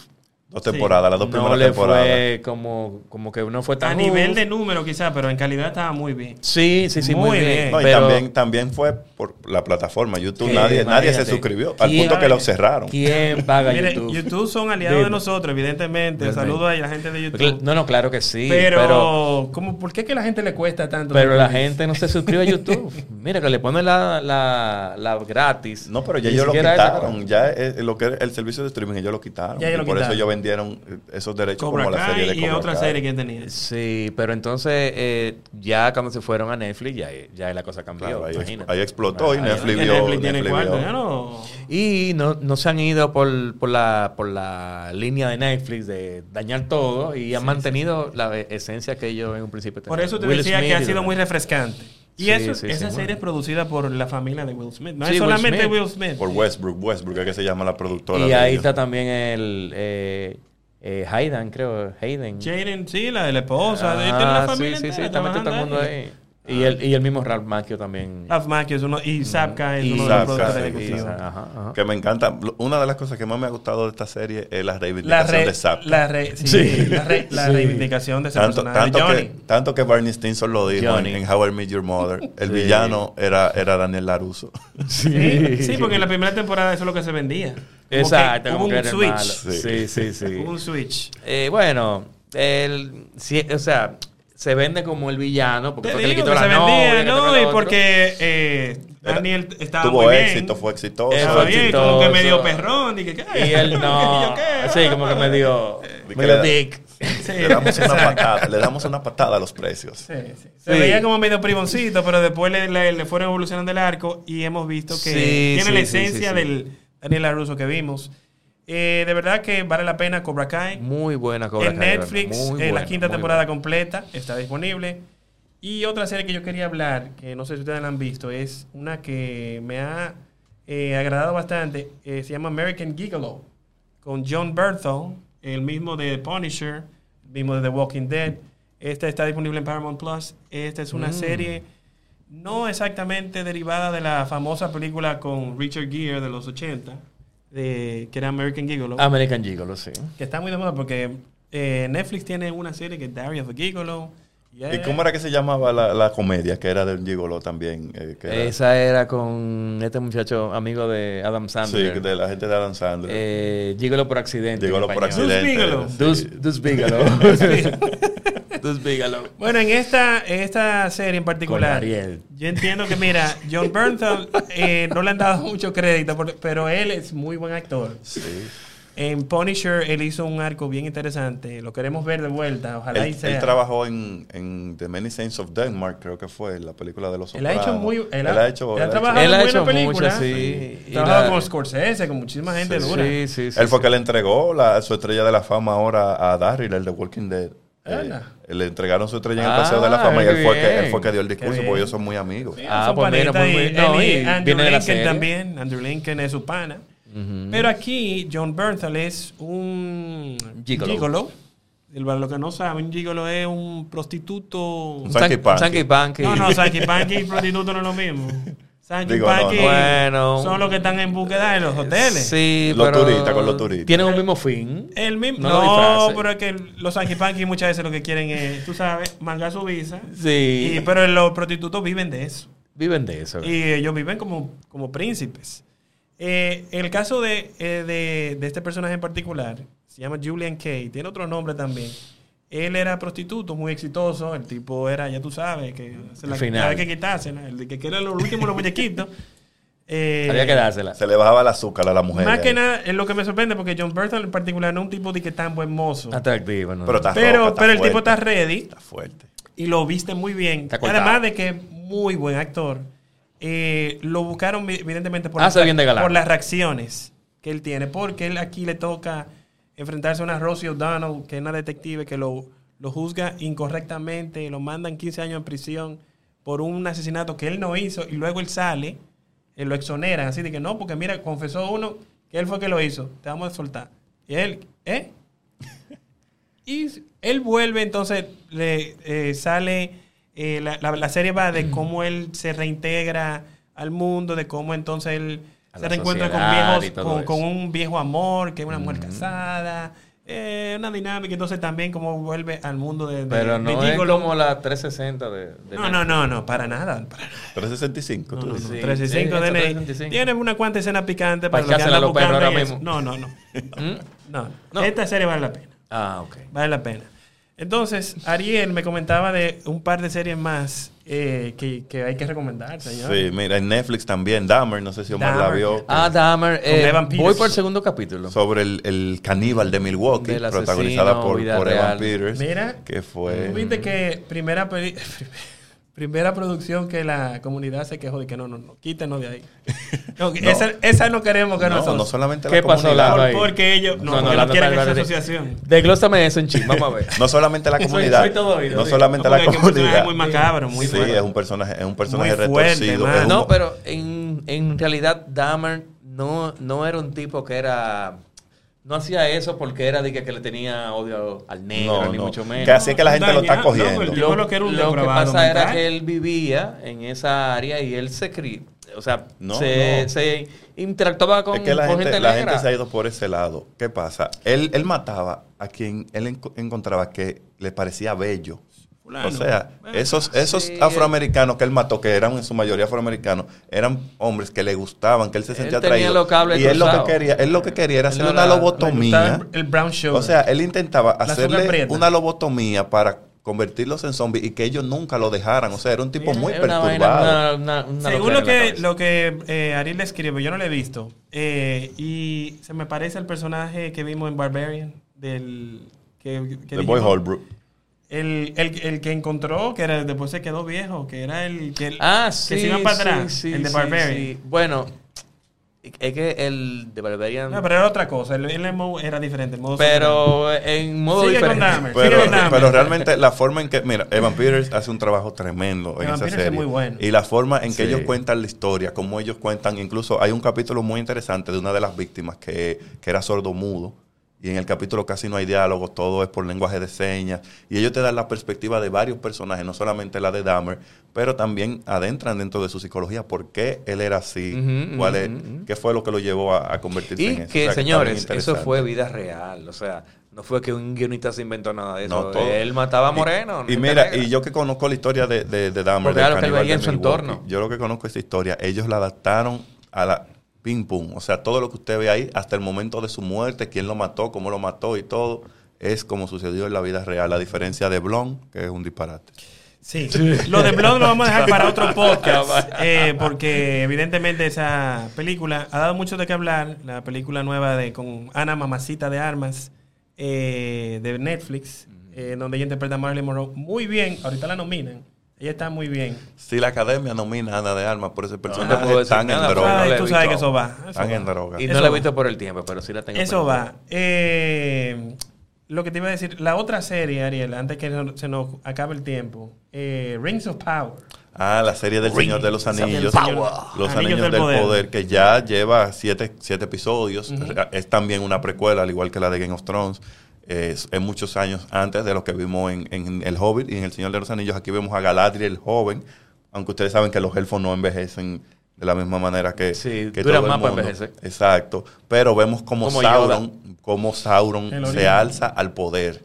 Speaker 4: Dos temporadas, las dos
Speaker 3: no
Speaker 4: primeras
Speaker 3: le
Speaker 4: temporadas.
Speaker 3: fue como, como que no fue tan
Speaker 2: A nivel
Speaker 3: justo.
Speaker 2: de número quizás, pero en calidad estaba muy bien.
Speaker 3: Sí, sí, sí, muy,
Speaker 2: Muy
Speaker 3: bien.
Speaker 2: bien.
Speaker 4: No, y
Speaker 3: pero-
Speaker 4: también, también fue por la plataforma YouTube.
Speaker 3: Sí,
Speaker 4: nadie, nadie se
Speaker 3: imagínate.
Speaker 4: suscribió, al
Speaker 3: ¿Quién-
Speaker 4: punto que lo cerraron.
Speaker 3: ¿Quién paga
Speaker 2: Mire,
Speaker 3: YouTube?
Speaker 2: YouTube. son aliados de
Speaker 3: Dime.
Speaker 2: nosotros, evidentemente.
Speaker 3: Realmente.
Speaker 2: Saludos a la gente de
Speaker 3: Porque-
Speaker 2: YouTube.
Speaker 3: No, no, claro que sí.
Speaker 2: pero,
Speaker 3: pero
Speaker 2: ¿cómo, ¿por qué que a la gente le cuesta tanto?
Speaker 3: pero la
Speaker 2: suscribirse?
Speaker 3: gente no se suscribe a YouTube. Mira, que le ponen la, la, la gratis.
Speaker 4: No, pero ya
Speaker 3: Ni
Speaker 4: ellos lo
Speaker 3: siquiera esa,
Speaker 4: quitaron. Ya eh, lo que era el servicio de streaming ellos lo quitaron.
Speaker 2: Ya ellos
Speaker 4: Y
Speaker 2: lo
Speaker 4: por eso
Speaker 2: quitaron.
Speaker 4: ellos vendieron eh, esos derechos
Speaker 2: Cobra
Speaker 4: como la serie de
Speaker 2: Kai y
Speaker 4: Cobra
Speaker 2: otra
Speaker 4: Kai.
Speaker 2: serie que tenía.
Speaker 3: Sí, pero entonces eh, ya cuando se fueron a Netflix, ya, ya la cosa cambió.
Speaker 4: Claro, ahí,
Speaker 3: imagínate.
Speaker 4: ahí explotó y
Speaker 3: Ahí-
Speaker 4: Netflix
Speaker 2: Que
Speaker 4: vio.
Speaker 2: Netflix tiene
Speaker 4: Netflix
Speaker 2: cuarto,
Speaker 4: vio.
Speaker 2: ya no.
Speaker 3: Y no, no se han ido por, por, la, por la línea de Netflix de dañar todo y han mantenido la esencia que ellos en un principio tenían.
Speaker 2: Por eso te
Speaker 3: Will
Speaker 2: decía
Speaker 3: Smith
Speaker 2: que ha
Speaker 3: y
Speaker 2: sido
Speaker 3: demás.
Speaker 2: muy refrescante. Y
Speaker 3: Sí,
Speaker 2: eso,
Speaker 3: sí, sí,
Speaker 2: esa
Speaker 3: bueno.
Speaker 2: serie es producida por la familia de Will Smith. No
Speaker 3: Sí,
Speaker 2: es
Speaker 3: Will
Speaker 2: solamente
Speaker 3: Smith.
Speaker 2: Will Smith.
Speaker 4: Por Westbrook, Westbrook es que se llama la productora.
Speaker 3: Y
Speaker 4: de
Speaker 3: ahí
Speaker 4: ellos.
Speaker 3: está también el eh, eh, Hayden, creo. Hayden.
Speaker 2: Jaden, sí, la de la esposa. Él tiene una
Speaker 3: Ah, sí,
Speaker 2: familia
Speaker 3: sí, sí,
Speaker 2: entera
Speaker 3: está metido todo el
Speaker 2: trabajando
Speaker 3: mundo ahí. Y el, y el mismo Ralph Macchio también.
Speaker 2: Ralph Macchio es uno, y Zapka es
Speaker 3: Y-
Speaker 2: uno de
Speaker 4: Zapka,
Speaker 2: los productores
Speaker 4: sí,
Speaker 2: ejecutivos.
Speaker 3: Ajá, ajá.
Speaker 4: Que me encanta. Lo- Una de las cosas que más me ha gustado de esta serie es la
Speaker 2: La,
Speaker 4: reivindicación
Speaker 2: re-
Speaker 4: de Zapka.
Speaker 2: la, re- sí,
Speaker 3: Sí.
Speaker 2: la, re- la
Speaker 3: Sí.
Speaker 2: reivindicación de ese
Speaker 4: tanto,
Speaker 2: personaje.
Speaker 4: tanto
Speaker 2: Johnny.
Speaker 4: que, tanto que Barney Stinson lo dijo en,
Speaker 3: Johnny.
Speaker 4: en How I Met Your Mother. El
Speaker 3: Sí.
Speaker 4: villano era, era Daniel LaRusso.
Speaker 2: Sí, sí, porque en la primera temporada eso es lo que se vendía. Como que
Speaker 3: Exacto,
Speaker 2: hubo
Speaker 3: como que
Speaker 2: un
Speaker 3: era el malo.
Speaker 2: switch.
Speaker 3: Sí, sí, sí.
Speaker 2: Hubo un switch.
Speaker 3: Eh, bueno, el, sí, o sea, se vende como el villano porque
Speaker 2: Te
Speaker 3: fue que le
Speaker 2: digo
Speaker 3: quitó
Speaker 2: que
Speaker 3: la
Speaker 2: se vendía, ¿no?
Speaker 3: novia, que le
Speaker 2: Y
Speaker 3: tocó lo otro.
Speaker 2: porque eh,
Speaker 4: Era-
Speaker 2: Daniel estaba
Speaker 4: Tuvo
Speaker 2: muy
Speaker 4: éxito,
Speaker 2: bien.
Speaker 4: fue exitoso.
Speaker 3: Eh,
Speaker 2: Estaba
Speaker 3: fue
Speaker 2: bien,
Speaker 3: exitoso.
Speaker 2: como que medio perrón. Y, que, ¿qué?
Speaker 3: Y él no.
Speaker 2: ¿Qué?
Speaker 3: Sí, como que me dio.
Speaker 4: que
Speaker 3: Me dio
Speaker 4: le-
Speaker 3: dick.
Speaker 2: Sí,
Speaker 4: Le damos una
Speaker 2: exacto.
Speaker 4: patada, le damos una patada a los precios.
Speaker 2: Sí, sí. Se
Speaker 3: Sí.
Speaker 2: veía como medio privoncito, pero después le, le- le fueron evolucionando el arco y hemos visto que
Speaker 3: Sí,
Speaker 2: tiene
Speaker 3: sí,
Speaker 2: la
Speaker 3: sí,
Speaker 2: esencia
Speaker 3: sí, sí.
Speaker 2: del Daniel LaRusso que vimos. Eh, de verdad que vale la pena Cobra Kai.
Speaker 3: Muy buena Cobra
Speaker 2: en
Speaker 3: Kai, de verdad.
Speaker 2: Netflix,
Speaker 3: Muy
Speaker 2: eh,
Speaker 3: buena,
Speaker 2: la quinta
Speaker 3: muy
Speaker 2: temporada
Speaker 3: buena.
Speaker 2: completa está disponible. Y otra serie que yo quería hablar, que no sé si ustedes la han visto, es una que me ha eh, agradado bastante. eh, se llama American Gigolo, con John Berthel, el mismo de Punisher, el mismo de The Walking Dead. Esta está disponible en Paramount Plus. Esta es una
Speaker 3: Mm.
Speaker 2: serie no exactamente derivada de la famosa película con Richard Gere de los 80, de, que era American Gigolo
Speaker 3: American Gigolo, sí.
Speaker 2: que está muy de moda porque eh, Netflix tiene una serie que es Diary of a Gigolo. Yeah.
Speaker 4: ¿Y cómo era que se llamaba la, la comedia? Que era del Gigolo también. eh, que era-
Speaker 3: Esa era con este muchacho amigo de Adam Sandler.
Speaker 4: Sí, de la gente de Adam Sandler.
Speaker 3: Eh, Gigolo por accidente.
Speaker 4: Gigolo
Speaker 3: en
Speaker 4: por
Speaker 3: español.
Speaker 4: accidente.
Speaker 2: Gigolo.
Speaker 4: sí.
Speaker 3: Dus, dus Bigelow. dus Bigelow.
Speaker 2: Bueno, en esta, en esta serie en
Speaker 3: Con
Speaker 2: particular,
Speaker 3: Ariel.
Speaker 2: yo entiendo que, mira, John Bernthal eh, no le han dado mucho crédito, por- pero él es muy buen actor.
Speaker 4: Sí.
Speaker 2: En Punisher, él hizo un arco bien interesante. Lo queremos ver de vuelta. Ojalá y
Speaker 4: Él,
Speaker 2: sea.
Speaker 4: él trabajó en, en The Many Saints of Denmark, creo que fue, la película de los
Speaker 2: Él ha hecho
Speaker 4: Sopranos.
Speaker 2: muy. Él, ha,
Speaker 4: hecho-
Speaker 2: él ha
Speaker 4: él ha
Speaker 2: trabajado
Speaker 3: Él ha
Speaker 2: en buenas
Speaker 3: hecho mucho,
Speaker 2: películas.
Speaker 3: sí.
Speaker 2: Ha
Speaker 3: Y
Speaker 2: trabajado
Speaker 3: la-
Speaker 2: con Scorsese, con muchísima gente dura.
Speaker 3: Sí, sí, sí.
Speaker 4: Él fue
Speaker 3: sí.
Speaker 4: que le entregó la, su estrella de la fama ahora a Darryl, el de Walking Dead. Eh,
Speaker 2: Anda.
Speaker 4: le entregaron su estrella en el
Speaker 3: Ah,
Speaker 4: Paseo de la Fama y él
Speaker 3: qué
Speaker 4: fue, que, él
Speaker 3: bien.
Speaker 4: fue que dio el
Speaker 2: Qué
Speaker 4: discurso
Speaker 2: bien.
Speaker 4: porque ellos son muy amigos.
Speaker 2: Sí,
Speaker 3: Ah,
Speaker 2: son
Speaker 3: pues mira,
Speaker 2: panitas
Speaker 3: pues
Speaker 2: y-
Speaker 3: muy- no,
Speaker 2: él y
Speaker 3: y
Speaker 2: Andrew
Speaker 3: viene de la
Speaker 2: Lincoln
Speaker 3: serie.
Speaker 2: también. Andrew Lincoln es su pana.
Speaker 3: Ujú.
Speaker 2: Pero aquí John Berthel es un
Speaker 3: Gigolo.
Speaker 2: El, para los que no saben, un gigolo es un prostituto.
Speaker 4: Un Sankey
Speaker 3: San-
Speaker 4: Panky.
Speaker 3: Sankey Panky.
Speaker 2: No, no, Sanky Panky y prostituto no es lo mismo. Sanky
Speaker 4: Digo, no,
Speaker 2: Panky
Speaker 4: no.
Speaker 3: Bueno.
Speaker 2: son los que están en búsqueda de los hoteles.
Speaker 3: Sí,
Speaker 4: Los
Speaker 3: pero
Speaker 4: turistas, con los turistas.
Speaker 3: Tienen un mismo fin.
Speaker 2: El mismo.
Speaker 3: No lo
Speaker 2: No,
Speaker 3: disfraces.
Speaker 2: pero es que los Sanky Panky muchas veces lo que quieren es, tú sabes, mangar su visa.
Speaker 3: Sí.
Speaker 2: Y- pero los prostitutos viven de eso.
Speaker 3: Viven de eso.
Speaker 2: Y ellos viven como, como príncipes. Eh, el caso de, eh, de- de este personaje en particular, se llama Julian Kay, tiene otro nombre también. Él era prostituto, muy exitoso. El tipo era, ya tú sabes, que se la
Speaker 3: Al final.
Speaker 2: había que quitársela. El de que era lo último, los muñequitos. Eh,
Speaker 3: Había que dársela.
Speaker 4: Se le bajaba el azúcar a la mujer.
Speaker 2: Más que
Speaker 4: ahí.
Speaker 2: nada, es lo que me sorprende, porque John Burton en particular no es un tipo de que tan buen mozo.
Speaker 3: Atractivo, ¿no?
Speaker 4: Pero está
Speaker 2: Pero,
Speaker 4: roca, está
Speaker 2: pero el
Speaker 4: fuerte,
Speaker 2: tipo está ready
Speaker 4: Está fuerte.
Speaker 2: y lo viste muy bien.
Speaker 3: Está cortado.
Speaker 2: Además de que es muy buen actor. Eh, lo buscaron vi- evidentemente por,
Speaker 3: Hace bien de galán.
Speaker 2: por las reacciones que él tiene. Porque él aquí le toca enfrentarse a una Rosie O'Donnell, que es una detective que lo, lo juzga incorrectamente, y lo mandan 15 años en prisión por un asesinato que él no hizo y luego él sale, eh, lo exoneran. Así de que no, porque mira, confesó uno que él fue que lo hizo. Te vamos a soltar. Y él, ¿eh? Y él vuelve, entonces le eh, sale, eh, la, la- la serie va de cómo él se reintegra al mundo, de cómo entonces él
Speaker 3: A
Speaker 2: se
Speaker 3: la
Speaker 2: reencuentra con,
Speaker 3: sociedad y
Speaker 2: viejos-
Speaker 3: todo
Speaker 2: con,
Speaker 3: eso.
Speaker 2: con un viejo amor, que es una mujer
Speaker 3: Ujú.
Speaker 2: casada, eh, una dinámica, entonces también cómo vuelve al mundo de... de-
Speaker 3: Pero
Speaker 2: de
Speaker 3: no es
Speaker 2: gigolo.
Speaker 3: como la 360 de. de
Speaker 2: no, no, no, no, para nada. Para nada.
Speaker 4: 365,
Speaker 2: No,
Speaker 4: tú
Speaker 2: no, no.
Speaker 4: dices.
Speaker 3: Sí,
Speaker 2: 35
Speaker 3: sí,
Speaker 2: de
Speaker 3: está
Speaker 2: ley.
Speaker 3: 365.
Speaker 2: Tiene una cuanta escena picante para
Speaker 3: Pa'
Speaker 2: los que
Speaker 3: echársela
Speaker 2: andan
Speaker 3: a los perros
Speaker 2: buscando
Speaker 3: ahora
Speaker 2: y eso.
Speaker 3: mismo.
Speaker 2: No, no, no,
Speaker 3: ¿Mm?
Speaker 2: no,
Speaker 3: No.
Speaker 2: Esta serie vale la pena.
Speaker 3: Ah, ok.
Speaker 2: Vale la pena. Entonces, Ariel me comentaba de un par de series más eh, que, que hay que recomendar, señor.
Speaker 4: Sí, mira, en Netflix también, Dahmer, no sé si Omar la
Speaker 2: Dahmer.
Speaker 4: vio.
Speaker 3: Ah, Dahmer. eh,
Speaker 2: Evan Peters.
Speaker 3: voy por el segundo capítulo.
Speaker 4: sobre el, el caníbal de Milwaukee,
Speaker 3: Del asesino,
Speaker 4: protagonizada por,
Speaker 3: vida
Speaker 4: por
Speaker 3: real.
Speaker 4: Evan Peters.
Speaker 2: Mira,
Speaker 4: que
Speaker 2: tú
Speaker 4: fue.
Speaker 2: viste que primera peli- Primera producción que la comunidad se quejó de que no, no, no, quítenos de ahí. No, que Esa, esa no queremos que
Speaker 4: No,
Speaker 2: nosotros.
Speaker 4: no solamente
Speaker 3: ¿Qué
Speaker 4: la
Speaker 3: pasó,
Speaker 4: comunidad.
Speaker 3: Lalo, ahí?
Speaker 2: porque ellos no, porque no
Speaker 3: Lalo,
Speaker 2: quieren
Speaker 3: dale,
Speaker 2: esa
Speaker 3: dale.
Speaker 2: asociación.
Speaker 3: Desglósame eso en chisme, vamos a ver.
Speaker 4: No solamente la
Speaker 3: Soy-
Speaker 4: comunidad.
Speaker 3: soy todo oído,
Speaker 4: no
Speaker 3: sí.
Speaker 4: solamente
Speaker 2: No,
Speaker 4: la
Speaker 2: porque es que es un personaje
Speaker 4: comunidad.
Speaker 2: muy macabro, muy
Speaker 4: sí,
Speaker 2: fuerte.
Speaker 4: es un personaje, es un personaje
Speaker 2: Muy fuerte,
Speaker 4: retorcido.
Speaker 2: man.
Speaker 4: es un-
Speaker 2: Humo.
Speaker 3: Ah, No, pero en, en realidad Dahmer no, no era un tipo que era... No hacía eso porque era de que, que le tenía odio al negro,
Speaker 4: No,
Speaker 3: ni
Speaker 4: no.
Speaker 3: mucho menos.
Speaker 4: Que así es que la gente lo está
Speaker 2: Daña-
Speaker 4: cogiendo.
Speaker 2: no, el tipo lo que era un depravado
Speaker 3: pasa era
Speaker 2: mental.
Speaker 3: que él vivía en esa área y él se cri- o sea,
Speaker 4: No,
Speaker 3: se,
Speaker 4: no.
Speaker 3: se interactuaba con,
Speaker 4: es que la,
Speaker 3: con
Speaker 4: gente, la
Speaker 3: negra.
Speaker 4: gente se ha ido por ese lado. ¿Qué pasa? Él, él mataba a quien él enco- encontraba que le parecía bello.
Speaker 2: Fulano.
Speaker 4: o sea,
Speaker 2: Bueno,
Speaker 4: esos, esos
Speaker 3: sí,
Speaker 4: afroamericanos que él mató, que eran en su mayoría afroamericanos, eran hombres que le gustaban, que él se
Speaker 3: Él
Speaker 4: sentía
Speaker 3: tenía
Speaker 4: atraído.
Speaker 3: los cables
Speaker 4: y él lo, que
Speaker 3: cruzados.
Speaker 4: quería, él lo que quería era
Speaker 3: Él
Speaker 4: hacer
Speaker 3: no
Speaker 4: una
Speaker 3: la-
Speaker 2: Estaba
Speaker 4: lobotomía.
Speaker 2: el- El brown show.
Speaker 4: O sea, él intentaba
Speaker 2: azúcar
Speaker 4: hacerle
Speaker 2: prieta.
Speaker 4: una lobotomía para convertirlos en zombies y que ellos nunca lo dejaran. O sea, era un tipo muy
Speaker 3: Era una vaina,
Speaker 4: perturbado.
Speaker 3: una- una- una
Speaker 2: Según lo
Speaker 3: loquera en la
Speaker 2: que,
Speaker 3: cabeza.
Speaker 2: lo que eh, Ariel le escribe, yo no lo he visto. eh, y se me parece al personaje que vimos en Barbarian, del. Que, que
Speaker 4: The Boy
Speaker 2: dijimos-
Speaker 4: Holbrook.
Speaker 2: El, el, el que encontró, que era, después se quedó viejo, que era el que,
Speaker 3: Ah,
Speaker 2: que
Speaker 3: sí.
Speaker 2: se iba para
Speaker 3: sí,
Speaker 2: atrás,
Speaker 3: sí,
Speaker 2: el de
Speaker 3: sí,
Speaker 2: Barbarian.
Speaker 3: sí. Bueno, es que el de
Speaker 2: No,
Speaker 3: Barbarian. pero
Speaker 2: pero era otra cosa, el, el emo era diferente. el modo
Speaker 3: en modo
Speaker 2: Sigue con
Speaker 3: diferente.
Speaker 2: Dahmer.
Speaker 4: Pero,
Speaker 2: Sigue con Dahmer.
Speaker 4: pero realmente la forma en que, mira, Evan Peters hace un trabajo tremendo en
Speaker 2: Evan
Speaker 4: esa
Speaker 2: Peters es
Speaker 4: serie.
Speaker 2: muy bueno.
Speaker 4: Y la forma en
Speaker 3: Sí.
Speaker 4: que ellos cuentan la historia, cómo ellos cuentan, incluso hay un capítulo muy interesante de una de las víctimas que, que era sordo mudo. Y en el capítulo casi no hay diálogo, todo es por lenguaje de señas. Y ellos te dan la perspectiva de varios personajes, no solamente la de Dahmer, pero también adentran dentro de su psicología por qué él era así,
Speaker 3: Ujú,
Speaker 4: cuál
Speaker 3: ujú,
Speaker 4: es-
Speaker 3: ujú.
Speaker 4: qué fue lo que lo llevó a, a convertirse
Speaker 3: Y
Speaker 4: en eso.
Speaker 3: que,
Speaker 4: O sea, está bien
Speaker 3: señores, eso
Speaker 4: interesante.
Speaker 3: fue vida real. O sea, no fue que un guionista se inventó nada de eso.
Speaker 4: No, todo.
Speaker 3: Él mataba a Moreno.
Speaker 4: Y, y
Speaker 3: gente
Speaker 4: mira,
Speaker 3: negra.
Speaker 4: y yo que conozco la historia de, de, de Dahmer,
Speaker 3: Porque
Speaker 4: del
Speaker 3: era lo que él
Speaker 4: caníbal
Speaker 3: veía
Speaker 4: de
Speaker 3: en su
Speaker 4: Milwaukee,
Speaker 3: entorno.
Speaker 4: Yo lo que conozco esta historia, ellos la adaptaron a la ping pong. O sea, todo lo que usted ve ahí, hasta el momento de su muerte, quién lo mató, cómo lo mató y todo, es como sucedió en la vida real, a diferencia de Blon, que es un disparate.
Speaker 2: Sí. Lo de Blood lo vamos a dejar para otro podcast. eh, porque evidentemente esa película ha dado mucho de qué hablar. La película nueva de con Ana Mamacita de Armas eh, de Netflix, eh, donde ella interpreta a Marilyn Monroe. Muy bien, ahorita la nominan. Ella está muy bien.
Speaker 4: Si la academia nomina a Ana de Armas por ese
Speaker 3: no puedo
Speaker 4: personaje,
Speaker 3: decir
Speaker 4: están en
Speaker 3: nada,
Speaker 4: droga.
Speaker 3: no
Speaker 2: Ay,
Speaker 3: la he
Speaker 2: tú sabes que
Speaker 3: visto
Speaker 2: eso va. Eso
Speaker 4: Están en
Speaker 2: va.
Speaker 4: droga.
Speaker 3: Y
Speaker 2: Eso
Speaker 3: no lo he
Speaker 2: va.
Speaker 3: visto por el tiempo, pero sí la tengo.
Speaker 2: Eso
Speaker 3: pendiente.
Speaker 2: va. Eh, lo que te iba a decir, la otra serie, Ariel, antes que no- se nos acabe el tiempo, eh, Rings of Power.
Speaker 4: Ah, la serie del Señor de los Anillos.
Speaker 2: Power.
Speaker 4: Los
Speaker 2: Anillos
Speaker 4: Anillos
Speaker 2: del
Speaker 4: del
Speaker 2: Poder.
Speaker 4: poder. que ya lleva siete, siete episodios. Es también una precuela, al igual que la de Game of Thrones. Es, es muchos años antes de lo que vimos en, en El Hobbit y en El Señor de los Anillos. Aquí vemos a Galadriel joven, aunque ustedes saben que los elfos no envejecen de la misma manera que,
Speaker 3: Sí,
Speaker 4: que
Speaker 3: duran
Speaker 4: todo el
Speaker 3: más para
Speaker 4: mundo.
Speaker 3: envejecer.
Speaker 4: Exacto. Pero vemos cómo
Speaker 3: Como
Speaker 4: Sauron, cómo Sauron
Speaker 2: El origen.
Speaker 4: se alza al poder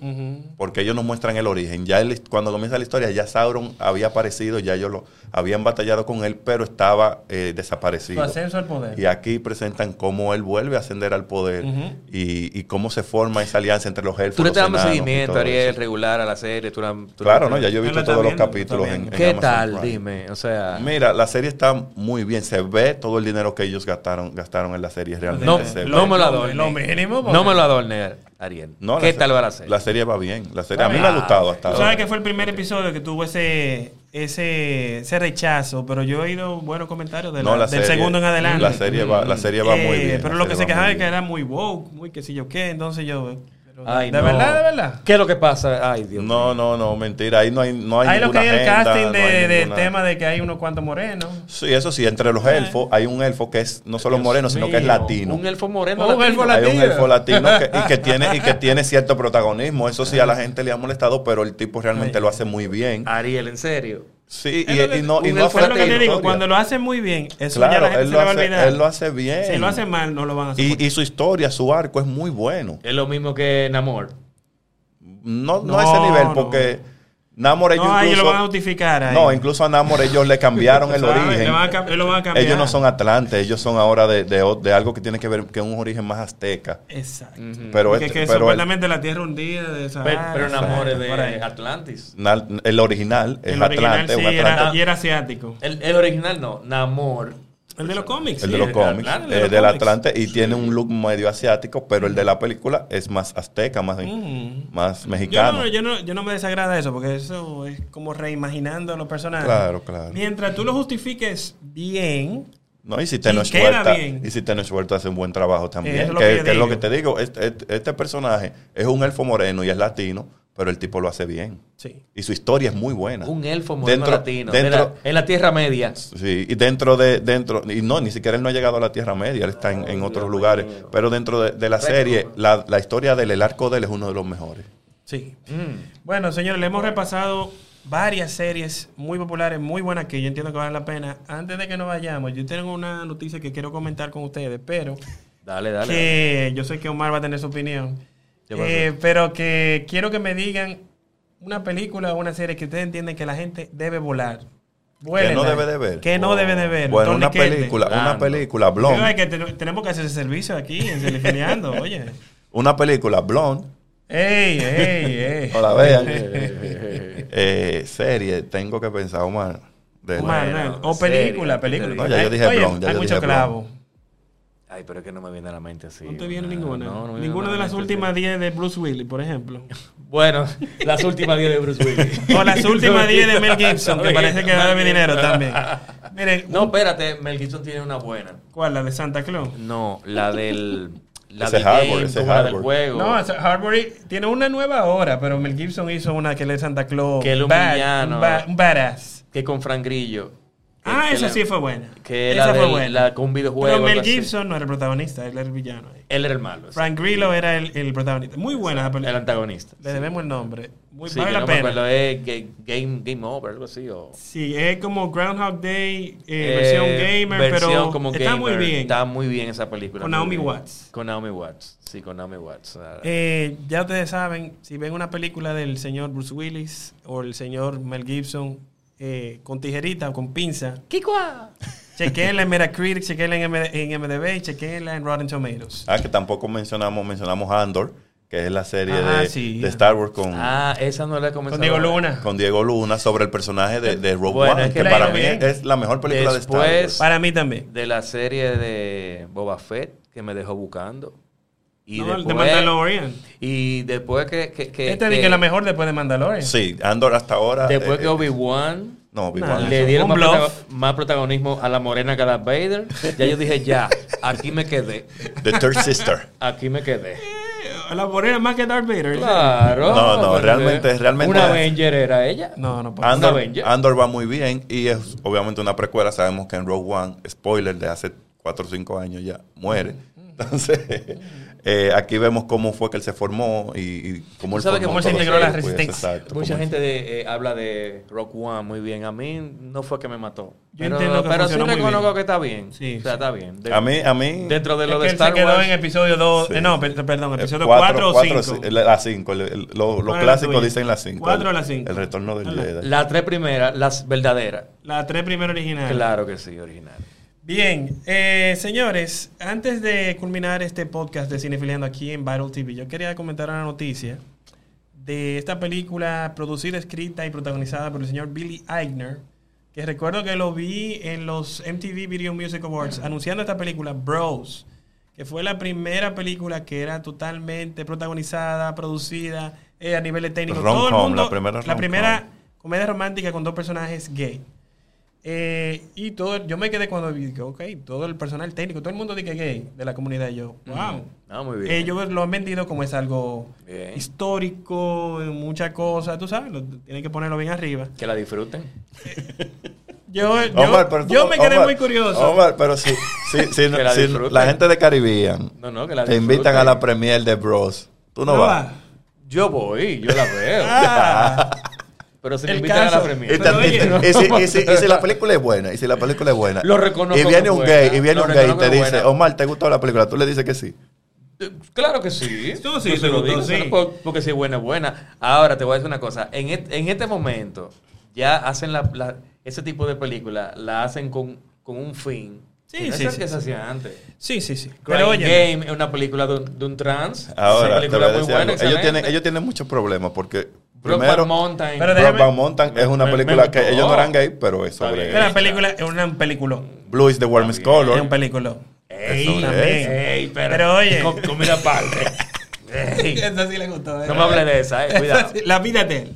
Speaker 4: porque ellos nos muestran el origen. Ya él- cuando comienza la historia, ya Sauron había aparecido, ya ellos lo habían batallado con él, pero estaba eh,
Speaker 2: Su
Speaker 4: desaparecido.
Speaker 2: ascenso al
Speaker 3: eh.
Speaker 2: poder.
Speaker 4: Y aquí presentan cómo él vuelve a ascender al poder
Speaker 2: Ujú.
Speaker 4: y, y cómo se forma esa alianza entre los elfos.
Speaker 3: Tú le
Speaker 4: los
Speaker 3: estás dando
Speaker 4: enanos y
Speaker 3: seguimiento,
Speaker 4: todo
Speaker 3: Ariel,
Speaker 4: eso.
Speaker 3: regular a la serie. Tú la- tú la-
Speaker 4: Claro, ¿no? Ya
Speaker 2: Él
Speaker 4: yo he
Speaker 2: lo
Speaker 4: visto
Speaker 2: está
Speaker 4: todos los
Speaker 2: viendo,
Speaker 4: capítulos
Speaker 2: está
Speaker 4: en,
Speaker 2: viendo.
Speaker 4: en
Speaker 3: ¿Qué
Speaker 4: Amazon
Speaker 3: tal?
Speaker 4: Prime.
Speaker 3: Dime. O sea,
Speaker 4: Mira, la serie está muy bien. Se ve todo el dinero que ellos gastaron, gastaron en la serie. Realmente
Speaker 3: no,
Speaker 4: se ve.
Speaker 3: no me lo adorne.
Speaker 2: Lo mínimo, porque-
Speaker 3: No me lo adorne, Ariel.
Speaker 4: No, la
Speaker 3: ¿Qué
Speaker 4: se-
Speaker 3: tal va la serie?
Speaker 4: La serie va bien. La serie a mí
Speaker 2: Ah,
Speaker 4: me ha gustado hasta
Speaker 2: Tú
Speaker 4: ahora.
Speaker 2: sabes que fue el primer episodio que tuvo ese ese, ese rechazo, pero yo he oído buenos comentarios de la-
Speaker 4: No, la
Speaker 2: del
Speaker 4: serie-
Speaker 2: segundo en adelante.
Speaker 4: La serie va, la serie va
Speaker 2: Eh,
Speaker 4: muy bien.
Speaker 2: Pero
Speaker 4: la
Speaker 2: lo que se
Speaker 4: serie va
Speaker 2: quejaba
Speaker 4: muy
Speaker 2: es que
Speaker 4: bien.
Speaker 2: era muy woke, muy que sé yo qué, entonces yo... eh, pero
Speaker 3: Ay,
Speaker 2: de
Speaker 3: no.
Speaker 2: verdad, de verdad.
Speaker 3: ¿Qué es lo que pasa? Ay, Dios mío.
Speaker 4: No, no, no, mentira. Ahí no hay, no hay
Speaker 2: Ahí lo que
Speaker 4: ninguna
Speaker 2: hay el
Speaker 4: agenda,
Speaker 2: casting
Speaker 4: no
Speaker 2: de, Eh.
Speaker 4: hay
Speaker 2: del
Speaker 4: ninguna-
Speaker 2: tema de que hay unos cuantos morenos.
Speaker 4: Sí, eso sí, entre los elfos hay un elfo que es no solo
Speaker 3: Dios
Speaker 4: moreno, sino que es
Speaker 3: mío,
Speaker 4: latino.
Speaker 3: Un elfo moreno.
Speaker 2: Un elfo
Speaker 4: Hay un
Speaker 2: latino.
Speaker 4: elfo latino que, y, que tiene, y que tiene cierto protagonismo. Eso sí, a la gente le ha molestado, pero el tipo realmente lo hace muy bien.
Speaker 3: Ariel, en serio.
Speaker 4: Sí,
Speaker 2: Ah. Es
Speaker 4: y,
Speaker 2: lo que-
Speaker 4: y no, y
Speaker 3: un
Speaker 4: no
Speaker 3: elfo
Speaker 2: Pero lo
Speaker 4: afecta
Speaker 2: que te
Speaker 4: la
Speaker 2: digo,
Speaker 4: historia.
Speaker 2: cuando lo hacen muy bien, eso ya la
Speaker 4: Claro,
Speaker 2: gente
Speaker 4: él
Speaker 2: se
Speaker 4: lo,
Speaker 2: le va a
Speaker 4: hace,
Speaker 2: olvidar.
Speaker 4: él lo hace bien.
Speaker 2: si lo hace mal, no lo van a hacer.
Speaker 4: y, y su historia, su arco es muy bueno.
Speaker 3: Es lo mismo que Namor.
Speaker 4: No, no,
Speaker 2: No,
Speaker 4: a ese nivel,
Speaker 2: no.
Speaker 4: porque Namor ellos
Speaker 2: no, ahí lo
Speaker 4: incluso-
Speaker 2: van a justificar. ahí.
Speaker 4: No, incluso a Namor ellos le cambiaron el
Speaker 2: ¿Sabes?
Speaker 4: origen.
Speaker 2: Le van a cam- lo van a cambiar.
Speaker 4: Ellos no son atlantes, ellos son ahora de, de o- de algo que tiene que ver que un origen más azteca.
Speaker 2: Exacto.
Speaker 4: Pero,
Speaker 2: que
Speaker 4: este-
Speaker 2: que
Speaker 4: pero el,
Speaker 2: supuestamente la tierra hundida de esa.
Speaker 3: Pero, pero Namor es
Speaker 2: Ah, por ahí.
Speaker 3: de Atlantis.
Speaker 4: na- el original es
Speaker 2: El original
Speaker 4: atlante,
Speaker 2: sí
Speaker 4: un
Speaker 2: era,
Speaker 4: atlante.
Speaker 2: y era asiático.
Speaker 3: El, el original no. Namor
Speaker 2: El de los cómics.
Speaker 4: El de
Speaker 2: sí,
Speaker 4: los cómics,
Speaker 2: claro, el
Speaker 4: eh,
Speaker 2: los
Speaker 4: del
Speaker 2: cómics.
Speaker 4: Atlante, y tiene un look medio asiático, pero el de la película es más azteca, más,
Speaker 2: Mm.
Speaker 4: más
Speaker 2: Yo
Speaker 4: mexicano.
Speaker 2: no, yo, no, yo no me desagrada eso, porque eso es como reimaginando a los personajes.
Speaker 4: Claro, claro.
Speaker 2: Mientras tú lo justifiques bien,
Speaker 4: No, y si
Speaker 2: Y
Speaker 4: Tenoch
Speaker 2: queda
Speaker 4: Huerta,
Speaker 2: bien.
Speaker 4: y si Tenoch Huerta hace un buen trabajo también,
Speaker 2: Eso es lo
Speaker 4: que,
Speaker 2: que yo
Speaker 4: que es lo que
Speaker 2: digo.
Speaker 4: te digo, este, este- este personaje es un elfo moreno y es latino, pero el tipo lo hace bien.
Speaker 2: sí.
Speaker 4: Y su historia es muy buena.
Speaker 3: Un elfo moderno
Speaker 4: Dentro-
Speaker 3: latino. de
Speaker 4: dentro-
Speaker 3: la- en la Tierra Media.
Speaker 4: Sí, y dentro de, dentro, y no, ni siquiera él no ha llegado a la Tierra Media, él está en, en otros lugares, pero dentro de, de la serie, la, la historia del el arco de él es uno de los mejores.
Speaker 2: Sí.
Speaker 3: Mm.
Speaker 2: Bueno, señores, le hemos repasado varias series muy populares, muy buenas, que yo entiendo que vale la pena. Antes de que nos vayamos, yo tengo una noticia que quiero comentar con ustedes, pero
Speaker 3: Dale, dale.
Speaker 2: que yo sé que Omar va a tener su opinión.
Speaker 3: ¿Qué pasó?
Speaker 2: Eh, pero que quiero que me digan una película o una serie que ustedes entienden que la gente debe volar. Vuélenla.
Speaker 4: no debe de ver.
Speaker 2: Que no
Speaker 3: Oh.
Speaker 2: debe de ver.
Speaker 4: Bueno, una
Speaker 2: Torniquete.
Speaker 4: película, una
Speaker 3: Blando.
Speaker 4: película,
Speaker 2: Yo, es
Speaker 4: Blonde,
Speaker 2: que ten- tenemos que hacer ese servicio aquí, en Celifineando, oye.
Speaker 4: una película, Blonde,
Speaker 2: Ey, ey, ey.
Speaker 4: no la vean. Eh, serie, tengo que pensar, Omar. de-
Speaker 2: Omar,
Speaker 3: Bueno,
Speaker 2: ¿no? o
Speaker 3: serie,
Speaker 2: película,
Speaker 3: ¿qué
Speaker 2: película.
Speaker 3: te digo?
Speaker 4: No, ya yo dije
Speaker 2: Oye,
Speaker 4: blonde, ya
Speaker 2: hay
Speaker 4: yo
Speaker 2: mucho
Speaker 4: dije
Speaker 2: clavo.
Speaker 3: Ay, pero es que no me viene a la mente así.
Speaker 2: No te viene
Speaker 3: una-
Speaker 2: ninguna.
Speaker 3: Ah, no, no me viene
Speaker 2: ninguna
Speaker 3: a la
Speaker 2: de las
Speaker 3: mente,
Speaker 2: últimas
Speaker 3: sí.
Speaker 2: 10 de Bruce Willis, por ejemplo.
Speaker 3: Bueno, las últimas 10 de Bruce Willis.
Speaker 2: O las últimas 10 de Mel Gibson, que parece que da mi dinero también. Miren,
Speaker 3: No, espérate, Mel Gibson tiene una buena.
Speaker 2: ¿cuál? ¿La de Santa Claus?
Speaker 3: No, la del. La
Speaker 4: Ese
Speaker 3: del
Speaker 4: Harbor,
Speaker 3: game,
Speaker 4: ese
Speaker 3: como la del
Speaker 4: Harbor.
Speaker 3: juego.
Speaker 2: No, o sea, Harbury tiene una nueva ahora, pero Mel Gibson hizo una que le Santa Claus.
Speaker 3: Que él es un
Speaker 2: bad-
Speaker 3: villano.
Speaker 2: un ba- un badass.
Speaker 3: que con Frank Grillo.
Speaker 2: Ah,
Speaker 3: Que
Speaker 2: esa
Speaker 3: la-
Speaker 2: sí fue buena.
Speaker 3: Que
Speaker 2: esa
Speaker 3: la,
Speaker 2: fue
Speaker 3: del-
Speaker 2: buena.
Speaker 3: la con un videojuego.
Speaker 2: pero
Speaker 3: algo
Speaker 2: Mel
Speaker 3: así.
Speaker 2: Gibson no era el protagonista, él era el villano. ahí.
Speaker 3: Él era el malo. sí.
Speaker 2: Frank Grillo era el, el protagonista. Muy buena la
Speaker 3: El
Speaker 2: película.
Speaker 3: antagonista.
Speaker 2: Le debemos el nombre. Muy
Speaker 3: Sí,
Speaker 2: vale
Speaker 3: que
Speaker 2: la
Speaker 3: no me
Speaker 2: pena.
Speaker 3: acuerdo, es Ga- game, game Over, algo así. O...
Speaker 2: Sí, es como Groundhog Day, eh,
Speaker 3: Eh,
Speaker 2: versión gamer,
Speaker 3: versión
Speaker 2: pero
Speaker 3: como
Speaker 2: está
Speaker 3: gamer,
Speaker 2: muy bien.
Speaker 3: Está muy bien esa película.
Speaker 2: Con
Speaker 3: muy
Speaker 2: Naomi
Speaker 3: bien.
Speaker 2: Watts.
Speaker 3: Con Naomi Watts. Sí, con Naomi Watts. Ah,
Speaker 2: Eh, ya ustedes saben, si ven una película del señor Bruce Willis o el señor Mel Gibson eh, con tijerita o con pinza, chequenla en Metacritic, chequenla en, MD en MDB, chequenla en Rotten Tomatoes.
Speaker 4: Ah, que tampoco mencionamos, mencionamos Andor, que es la serie
Speaker 2: Ajá,
Speaker 4: de,
Speaker 2: sí.
Speaker 4: de Star Wars con,
Speaker 3: Ah, esa no la he comenzado.
Speaker 2: Con Diego
Speaker 3: a ver.
Speaker 2: Luna.
Speaker 4: con Diego Luna sobre el personaje de, de Rogue
Speaker 3: Bueno,
Speaker 4: One,
Speaker 3: es
Speaker 4: que,
Speaker 3: que
Speaker 2: la
Speaker 4: para
Speaker 2: hizo
Speaker 4: mí
Speaker 2: bien.
Speaker 4: es la mejor película de
Speaker 3: Después-
Speaker 4: Star Wars.
Speaker 2: Para mí también.
Speaker 3: De la serie de Boba Fett que me dejó buscando. Y
Speaker 2: No, el de
Speaker 3: después, eh,
Speaker 2: Mandalorian.
Speaker 3: y después que. que, que
Speaker 2: Esta dije que es la mejor después de Mandalorian.
Speaker 4: Sí, Andor hasta ahora.
Speaker 3: Después
Speaker 4: eh,
Speaker 3: que Obi-Wan.
Speaker 4: No, Obi-Wan.
Speaker 2: Nada.
Speaker 3: Le
Speaker 2: eh, Un
Speaker 3: dieron más,
Speaker 2: bluff.
Speaker 3: protago- más protagonismo a la morena que a Darth Vader. Ya yo dije, ya, aquí me quedé.
Speaker 4: The Third Sister.
Speaker 3: Aquí me quedé.
Speaker 2: Eh, La morena más que Darth Vader.
Speaker 3: Claro.
Speaker 4: No, no,
Speaker 3: porque
Speaker 4: realmente- realmente-
Speaker 3: Una Avenger era ella.
Speaker 2: No, no puedo.
Speaker 3: Anda,
Speaker 4: Andor,
Speaker 3: Avenger.
Speaker 4: Andor va muy bien y es obviamente una precuela. Sabemos que en Rogue One, spoiler de hace 4 o 5 años ya, muere.
Speaker 2: Mm.
Speaker 4: Entonces, eh, aquí vemos cómo fue que él se formó y, y cómo él
Speaker 3: ¿Sabes
Speaker 4: formó
Speaker 3: cómo se
Speaker 4: todos
Speaker 2: integró la
Speaker 4: ellos, pues,
Speaker 2: resistencia?
Speaker 4: exacto,
Speaker 3: Mucha
Speaker 4: cómo-
Speaker 3: gente de- eh, habla de Rock One muy bien. A mí no fue que me mató.
Speaker 2: Yo
Speaker 3: pero
Speaker 2: entiendo que
Speaker 3: pero sí
Speaker 2: funcionó muy bien.
Speaker 3: reconozco que está bien.
Speaker 2: Sí,
Speaker 3: o sea,
Speaker 2: sí.
Speaker 3: está bien. De-
Speaker 4: A mí, a mí.
Speaker 3: Dentro de
Speaker 2: Es
Speaker 3: lo
Speaker 2: que
Speaker 3: de
Speaker 2: él se
Speaker 3: Star
Speaker 2: quedó
Speaker 3: Wars. Eh,
Speaker 2: en episodio 2.
Speaker 4: Sí.
Speaker 2: no, per- perdón, episodio
Speaker 4: eh, cuatro-
Speaker 2: 4 o
Speaker 4: cuatro,
Speaker 2: 5.
Speaker 4: sí, la- la 5. Los
Speaker 2: ¿Cuál es la
Speaker 4: clásicos
Speaker 2: tuya?
Speaker 4: dicen la 5.
Speaker 2: Cuatro o la cinco.
Speaker 4: El retorno del
Speaker 2: Ala.
Speaker 4: Jedi.
Speaker 3: Las tres primeras, las verdaderas.
Speaker 2: La tres primero original.
Speaker 3: Claro que sí, original.
Speaker 2: Bien, eh, señores, antes de culminar este podcast de Cinefiliando aquí en Viral TV, yo quería comentar una noticia de esta película producida, escrita y protagonizada por el señor Billy Eichner, que recuerdo que lo vi en los MTV Video Music Awards anunciando esta película, Bros, que fue la primera película que era totalmente protagonizada, producida eh, a nivel técnico. Todo el
Speaker 4: Rom-com,
Speaker 2: mundo-
Speaker 4: la primera
Speaker 2: la
Speaker 4: rom-com.
Speaker 2: primera comedia romántica con dos personajes gay. Eh, y todo, yo me quedé cuando vi, que, ok, todo el personal técnico, todo el mundo dice que gay de la comunidad. y yo, wow.
Speaker 3: No, muy bien.
Speaker 2: Ellos lo han vendido como es algo
Speaker 3: Bien.
Speaker 2: histórico, muchas cosas, tú sabes, lo- tienen que ponerlo bien arriba.
Speaker 3: Que la disfruten.
Speaker 2: Yo, yo,
Speaker 4: Omar, pero tú-
Speaker 2: yo me quedé
Speaker 4: Omar,
Speaker 2: muy curioso.
Speaker 4: Omar, pero si, si- si-
Speaker 3: Que la
Speaker 4: si
Speaker 3: disfruten.
Speaker 4: la gente de Caribbean
Speaker 3: No, no, que la
Speaker 4: te
Speaker 3: disfruten.
Speaker 4: invitan a la premiere de Bros, tú no,
Speaker 2: No
Speaker 4: vas.
Speaker 2: va.
Speaker 3: Yo voy, yo la veo.
Speaker 2: Ah,
Speaker 3: Pero si
Speaker 2: El
Speaker 3: me invitan
Speaker 2: caso.
Speaker 3: a la
Speaker 4: Y,
Speaker 3: premiere.
Speaker 2: Pero
Speaker 4: te- y
Speaker 2: oye,
Speaker 4: te-
Speaker 2: no.
Speaker 4: y si, y si- y si la película es buena, y si la película es buena,
Speaker 3: Lo reconozco
Speaker 4: y viene
Speaker 3: que
Speaker 4: un
Speaker 3: buena,
Speaker 4: gay, y viene
Speaker 3: lo
Speaker 4: un gay y te
Speaker 3: reconozco que
Speaker 4: dice,
Speaker 3: buena.
Speaker 4: Omar, ¿te gustó la película? Tú le dices que sí.
Speaker 3: Eh, Claro que sí.
Speaker 2: Tú sí,
Speaker 3: Yo se lo
Speaker 2: tú
Speaker 3: digo,
Speaker 2: sí.
Speaker 3: solo por- porque si es buena, es buena. Ahora te voy a decir una cosa. En, et- en este momento, ya hacen la, la- ese tipo de película, la hacen con, con un fin.
Speaker 2: Sí,
Speaker 3: Que no es
Speaker 2: sí,
Speaker 3: el
Speaker 2: sí,
Speaker 3: que
Speaker 2: sí.
Speaker 3: se hacía antes.
Speaker 2: sí, sí, sí.
Speaker 3: Crying
Speaker 2: Pero oye,
Speaker 3: Game es una película de un, de un trans.
Speaker 4: Ahora,
Speaker 3: es
Speaker 4: te
Speaker 3: una
Speaker 4: voy a
Speaker 3: película muy
Speaker 4: decir
Speaker 3: buena.
Speaker 4: algo. Ellos tienen,
Speaker 3: excelente.
Speaker 4: ellos tienen muchos problemas porque
Speaker 3: Rock
Speaker 4: Primero,
Speaker 3: Mountain.
Speaker 2: Pero
Speaker 4: Rock
Speaker 2: déjame-
Speaker 4: Band Mountain es una
Speaker 3: Me- me
Speaker 4: película que
Speaker 3: gustó.
Speaker 4: ellos no eran gay, pero es
Speaker 3: Está
Speaker 4: sobre.
Speaker 3: bien.
Speaker 2: Es una película, es un película.
Speaker 4: Blue is the warmest
Speaker 2: Es un
Speaker 4: color.
Speaker 2: película.
Speaker 4: Eso
Speaker 2: Ey,
Speaker 4: es.
Speaker 2: también.
Speaker 3: Ey, pero,
Speaker 2: Pero oye.
Speaker 3: Com- comida aparte. Ey.
Speaker 2: Esa sí le gustó. ¿eh?
Speaker 3: No me hable de esa, eh, cuidado.
Speaker 2: Esa sí, La vida de él.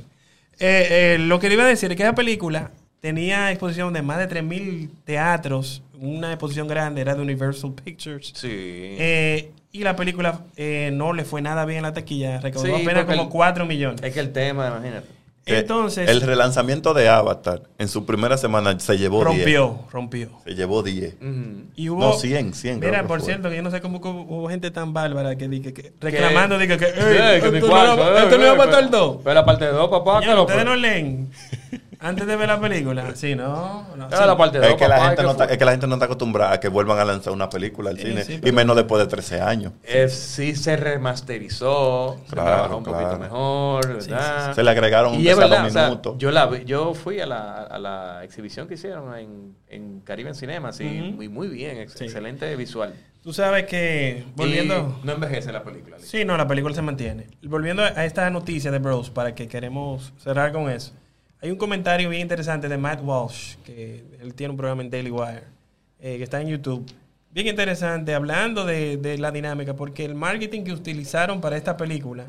Speaker 2: Eh, eh, lo que le iba a decir es que esa película tenía exposición de más de 3.000 teatros. Una exposición grande, era de Universal Pictures.
Speaker 3: Sí.
Speaker 2: Eh, y la película eh, no le fue nada bien en la taquilla. Recaudó
Speaker 3: Sí,
Speaker 2: apenas
Speaker 3: porque
Speaker 2: como
Speaker 3: el-
Speaker 2: 4 millones.
Speaker 3: Es que el tema, imagínate.
Speaker 4: Que
Speaker 2: Entonces,
Speaker 4: Eh, El relanzamiento de Avatar en su primera semana se llevó 10.
Speaker 2: rompió, rompió.
Speaker 4: Se llevó 10.
Speaker 3: Ujú.
Speaker 2: Y hubo,
Speaker 4: No, 100, 100. creo
Speaker 2: Mira,
Speaker 4: que
Speaker 2: por
Speaker 4: fue.
Speaker 2: cierto, que yo no sé cómo hubo hubo gente tan bárbara que, di que- que reclamando, dije que, "Ey,
Speaker 3: Ey, que mi
Speaker 2: esto no
Speaker 3: cuarto,
Speaker 2: va-
Speaker 3: ey,
Speaker 2: esto no iba a
Speaker 3: ey,
Speaker 2: matar
Speaker 3: eh, pero-
Speaker 2: dos.
Speaker 3: Pero pues. la parte 2, papá,
Speaker 2: Señor,
Speaker 3: que lo
Speaker 2: ustedes no leen antes de ver la película. Sí, no. no,
Speaker 3: Era
Speaker 2: sí.
Speaker 3: la parte 2,
Speaker 4: Es que, la
Speaker 3: papá,
Speaker 4: gente
Speaker 3: que
Speaker 4: no está,
Speaker 3: fue.
Speaker 4: es que la gente no está acostumbrada a que vuelvan a lanzar una película al
Speaker 2: Sí,
Speaker 4: cine.
Speaker 2: sí,
Speaker 4: y
Speaker 2: pero-
Speaker 4: menos después de 13 años.
Speaker 3: Eh, sí se remasterizó, se
Speaker 4: Claro,
Speaker 3: trabajó un poquito
Speaker 4: claro.
Speaker 3: mejor, ¿verdad?
Speaker 4: Se le agregaron un
Speaker 3: Y es
Speaker 4: pesado
Speaker 3: verdad, o sea,
Speaker 4: minuto.
Speaker 3: yo, la, vi- yo fui a la, a la exhibición que hicieron en, en Caribbean Cinema, sí,
Speaker 2: Ujú.
Speaker 3: muy, muy bien, ex-
Speaker 2: Sí.
Speaker 3: excelente visual.
Speaker 2: Tú sabes que, volviendo...
Speaker 3: Y no envejece la película.
Speaker 2: Sí, no, la película se mantiene. Volviendo a esta noticia de Bros, para que queremos cerrar con eso. Hay un comentario bien interesante de Matt Walsh, que él tiene un programa en Daily Wire, eh, que está en YouTube. Bien interesante, hablando de, de la dinámica, porque el marketing que utilizaron para esta película,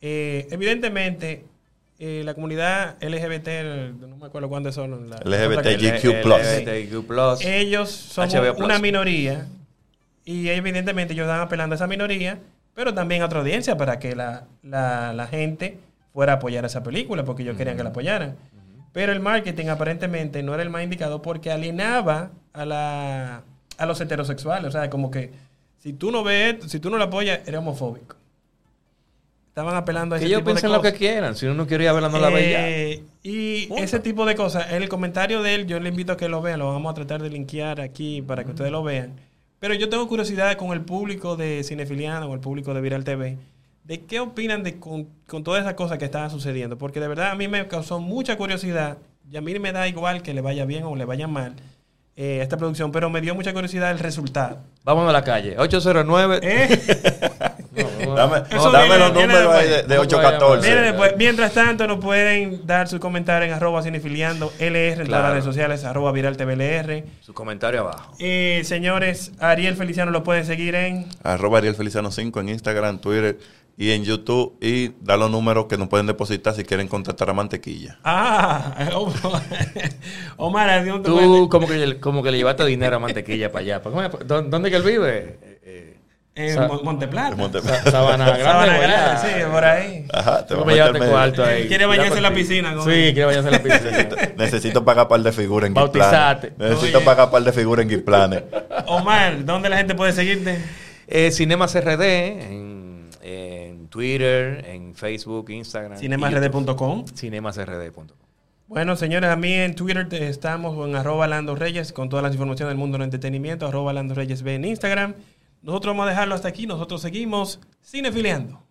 Speaker 2: eh, evidentemente, eh, la comunidad LGBT, no me acuerdo cuándo son. las-
Speaker 4: LGBT.
Speaker 3: El-
Speaker 4: GQ+.
Speaker 3: LGBTQ+.
Speaker 2: ellos son
Speaker 3: HBO Plus.
Speaker 2: una minoría y evidentemente ellos están apelando a esa minoría, pero también a otra audiencia para que la, la- la gente fuera a apoyar esa película, porque ellos querían que la apoyaran. Pero el marketing aparentemente no era el más indicado porque alienaba a, la, a los heterosexuales. O sea, como que si tú no ves, esto, si tú no la apoyas, eres homofóbico. Estaban apelando a
Speaker 3: Que
Speaker 2: pues ese
Speaker 3: ellos
Speaker 2: tipo de
Speaker 3: piensen lo que
Speaker 2: cosas.
Speaker 3: quieran, si uno no quiere ir a verla, no la veía.
Speaker 2: Eh, Y
Speaker 3: Punto.
Speaker 2: ese tipo de cosas. El comentario de él, yo le invito a que lo vean. Lo vamos a tratar de linkear aquí para que ustedes lo vean. Pero yo tengo curiosidad con el público de Cinefiliano, o el público de Viral TV, de qué opinan de con, con todas esas cosas que estaban sucediendo. Porque de verdad a mí me causó mucha curiosidad. Y a mí me da igual que le vaya bien o le vaya mal eh, esta producción, pero me dio mucha curiosidad el resultado.
Speaker 3: Vámonos a la calle, 809.
Speaker 2: ¿Eh?
Speaker 3: No, no,
Speaker 4: Dame,
Speaker 2: Eso
Speaker 4: dame
Speaker 2: viene-
Speaker 4: los
Speaker 2: viene
Speaker 4: números ahí de,
Speaker 2: después.
Speaker 4: de
Speaker 3: Vamos a ver, vamos
Speaker 2: Miren,
Speaker 3: a ver.
Speaker 4: 814.
Speaker 2: después, mientras tanto, nos pueden dar sus comentarios en arroba cinefiliando, LR en todas
Speaker 3: Claro.
Speaker 2: las redes sociales, arroba viral TVLR.
Speaker 3: Su comentario abajo.
Speaker 2: Eh, señores, Ariel Feliciano lo pueden seguir en.
Speaker 4: Arroba Ariel Feliciano 5 en Instagram, Twitter y en YouTube. Y da los números que nos pueden depositar si quieren contratar a Mantequilla.
Speaker 2: Ah, Omar, ¿a dónde te
Speaker 3: Tú
Speaker 2: pueden-
Speaker 3: como que, le- como que le llevaste dinero a Mantequilla para allá. ¿Cómo es? ¿Dó- ¿Dónde que él vive? Eh, eh,
Speaker 2: En
Speaker 3: Sa-
Speaker 2: Mon- Monteplata.
Speaker 4: Monte-
Speaker 3: Sa- Sabana Grande.
Speaker 2: Sabana
Speaker 3: Guayá.
Speaker 2: Grande, sí, por ahí.
Speaker 4: Ajá, te
Speaker 3: Tú
Speaker 4: voy
Speaker 3: me
Speaker 4: a meter
Speaker 3: llevaste
Speaker 4: medio.
Speaker 3: cuarto ahí.
Speaker 2: Quiere bañarse en la
Speaker 3: Cuidado
Speaker 2: piscina,
Speaker 3: contigo.
Speaker 2: con
Speaker 3: Sí,
Speaker 2: él.
Speaker 3: quiere bañarse en la piscina.
Speaker 4: Necesito, necesito pagar par de figuras en
Speaker 3: Bautizate.
Speaker 4: Giplane. Necesito
Speaker 2: Oye.
Speaker 4: pagar par de figuras en Giplane.
Speaker 2: Omar, ¿dónde la gente puede seguirte?
Speaker 3: Eh, Cinemas RD en, en Twitter, en Facebook, Instagram.
Speaker 2: Cinemasred.com.
Speaker 3: CinemasRD.com.
Speaker 2: Bueno, señores, a mí en Twitter te- estamos en arroba Lando Reyes con todas las informaciones del mundo del entretenimiento, arroba Lando Reyes B en Instagram. Nosotros vamos a dejarlo hasta aquí, nosotros seguimos cinefiliando.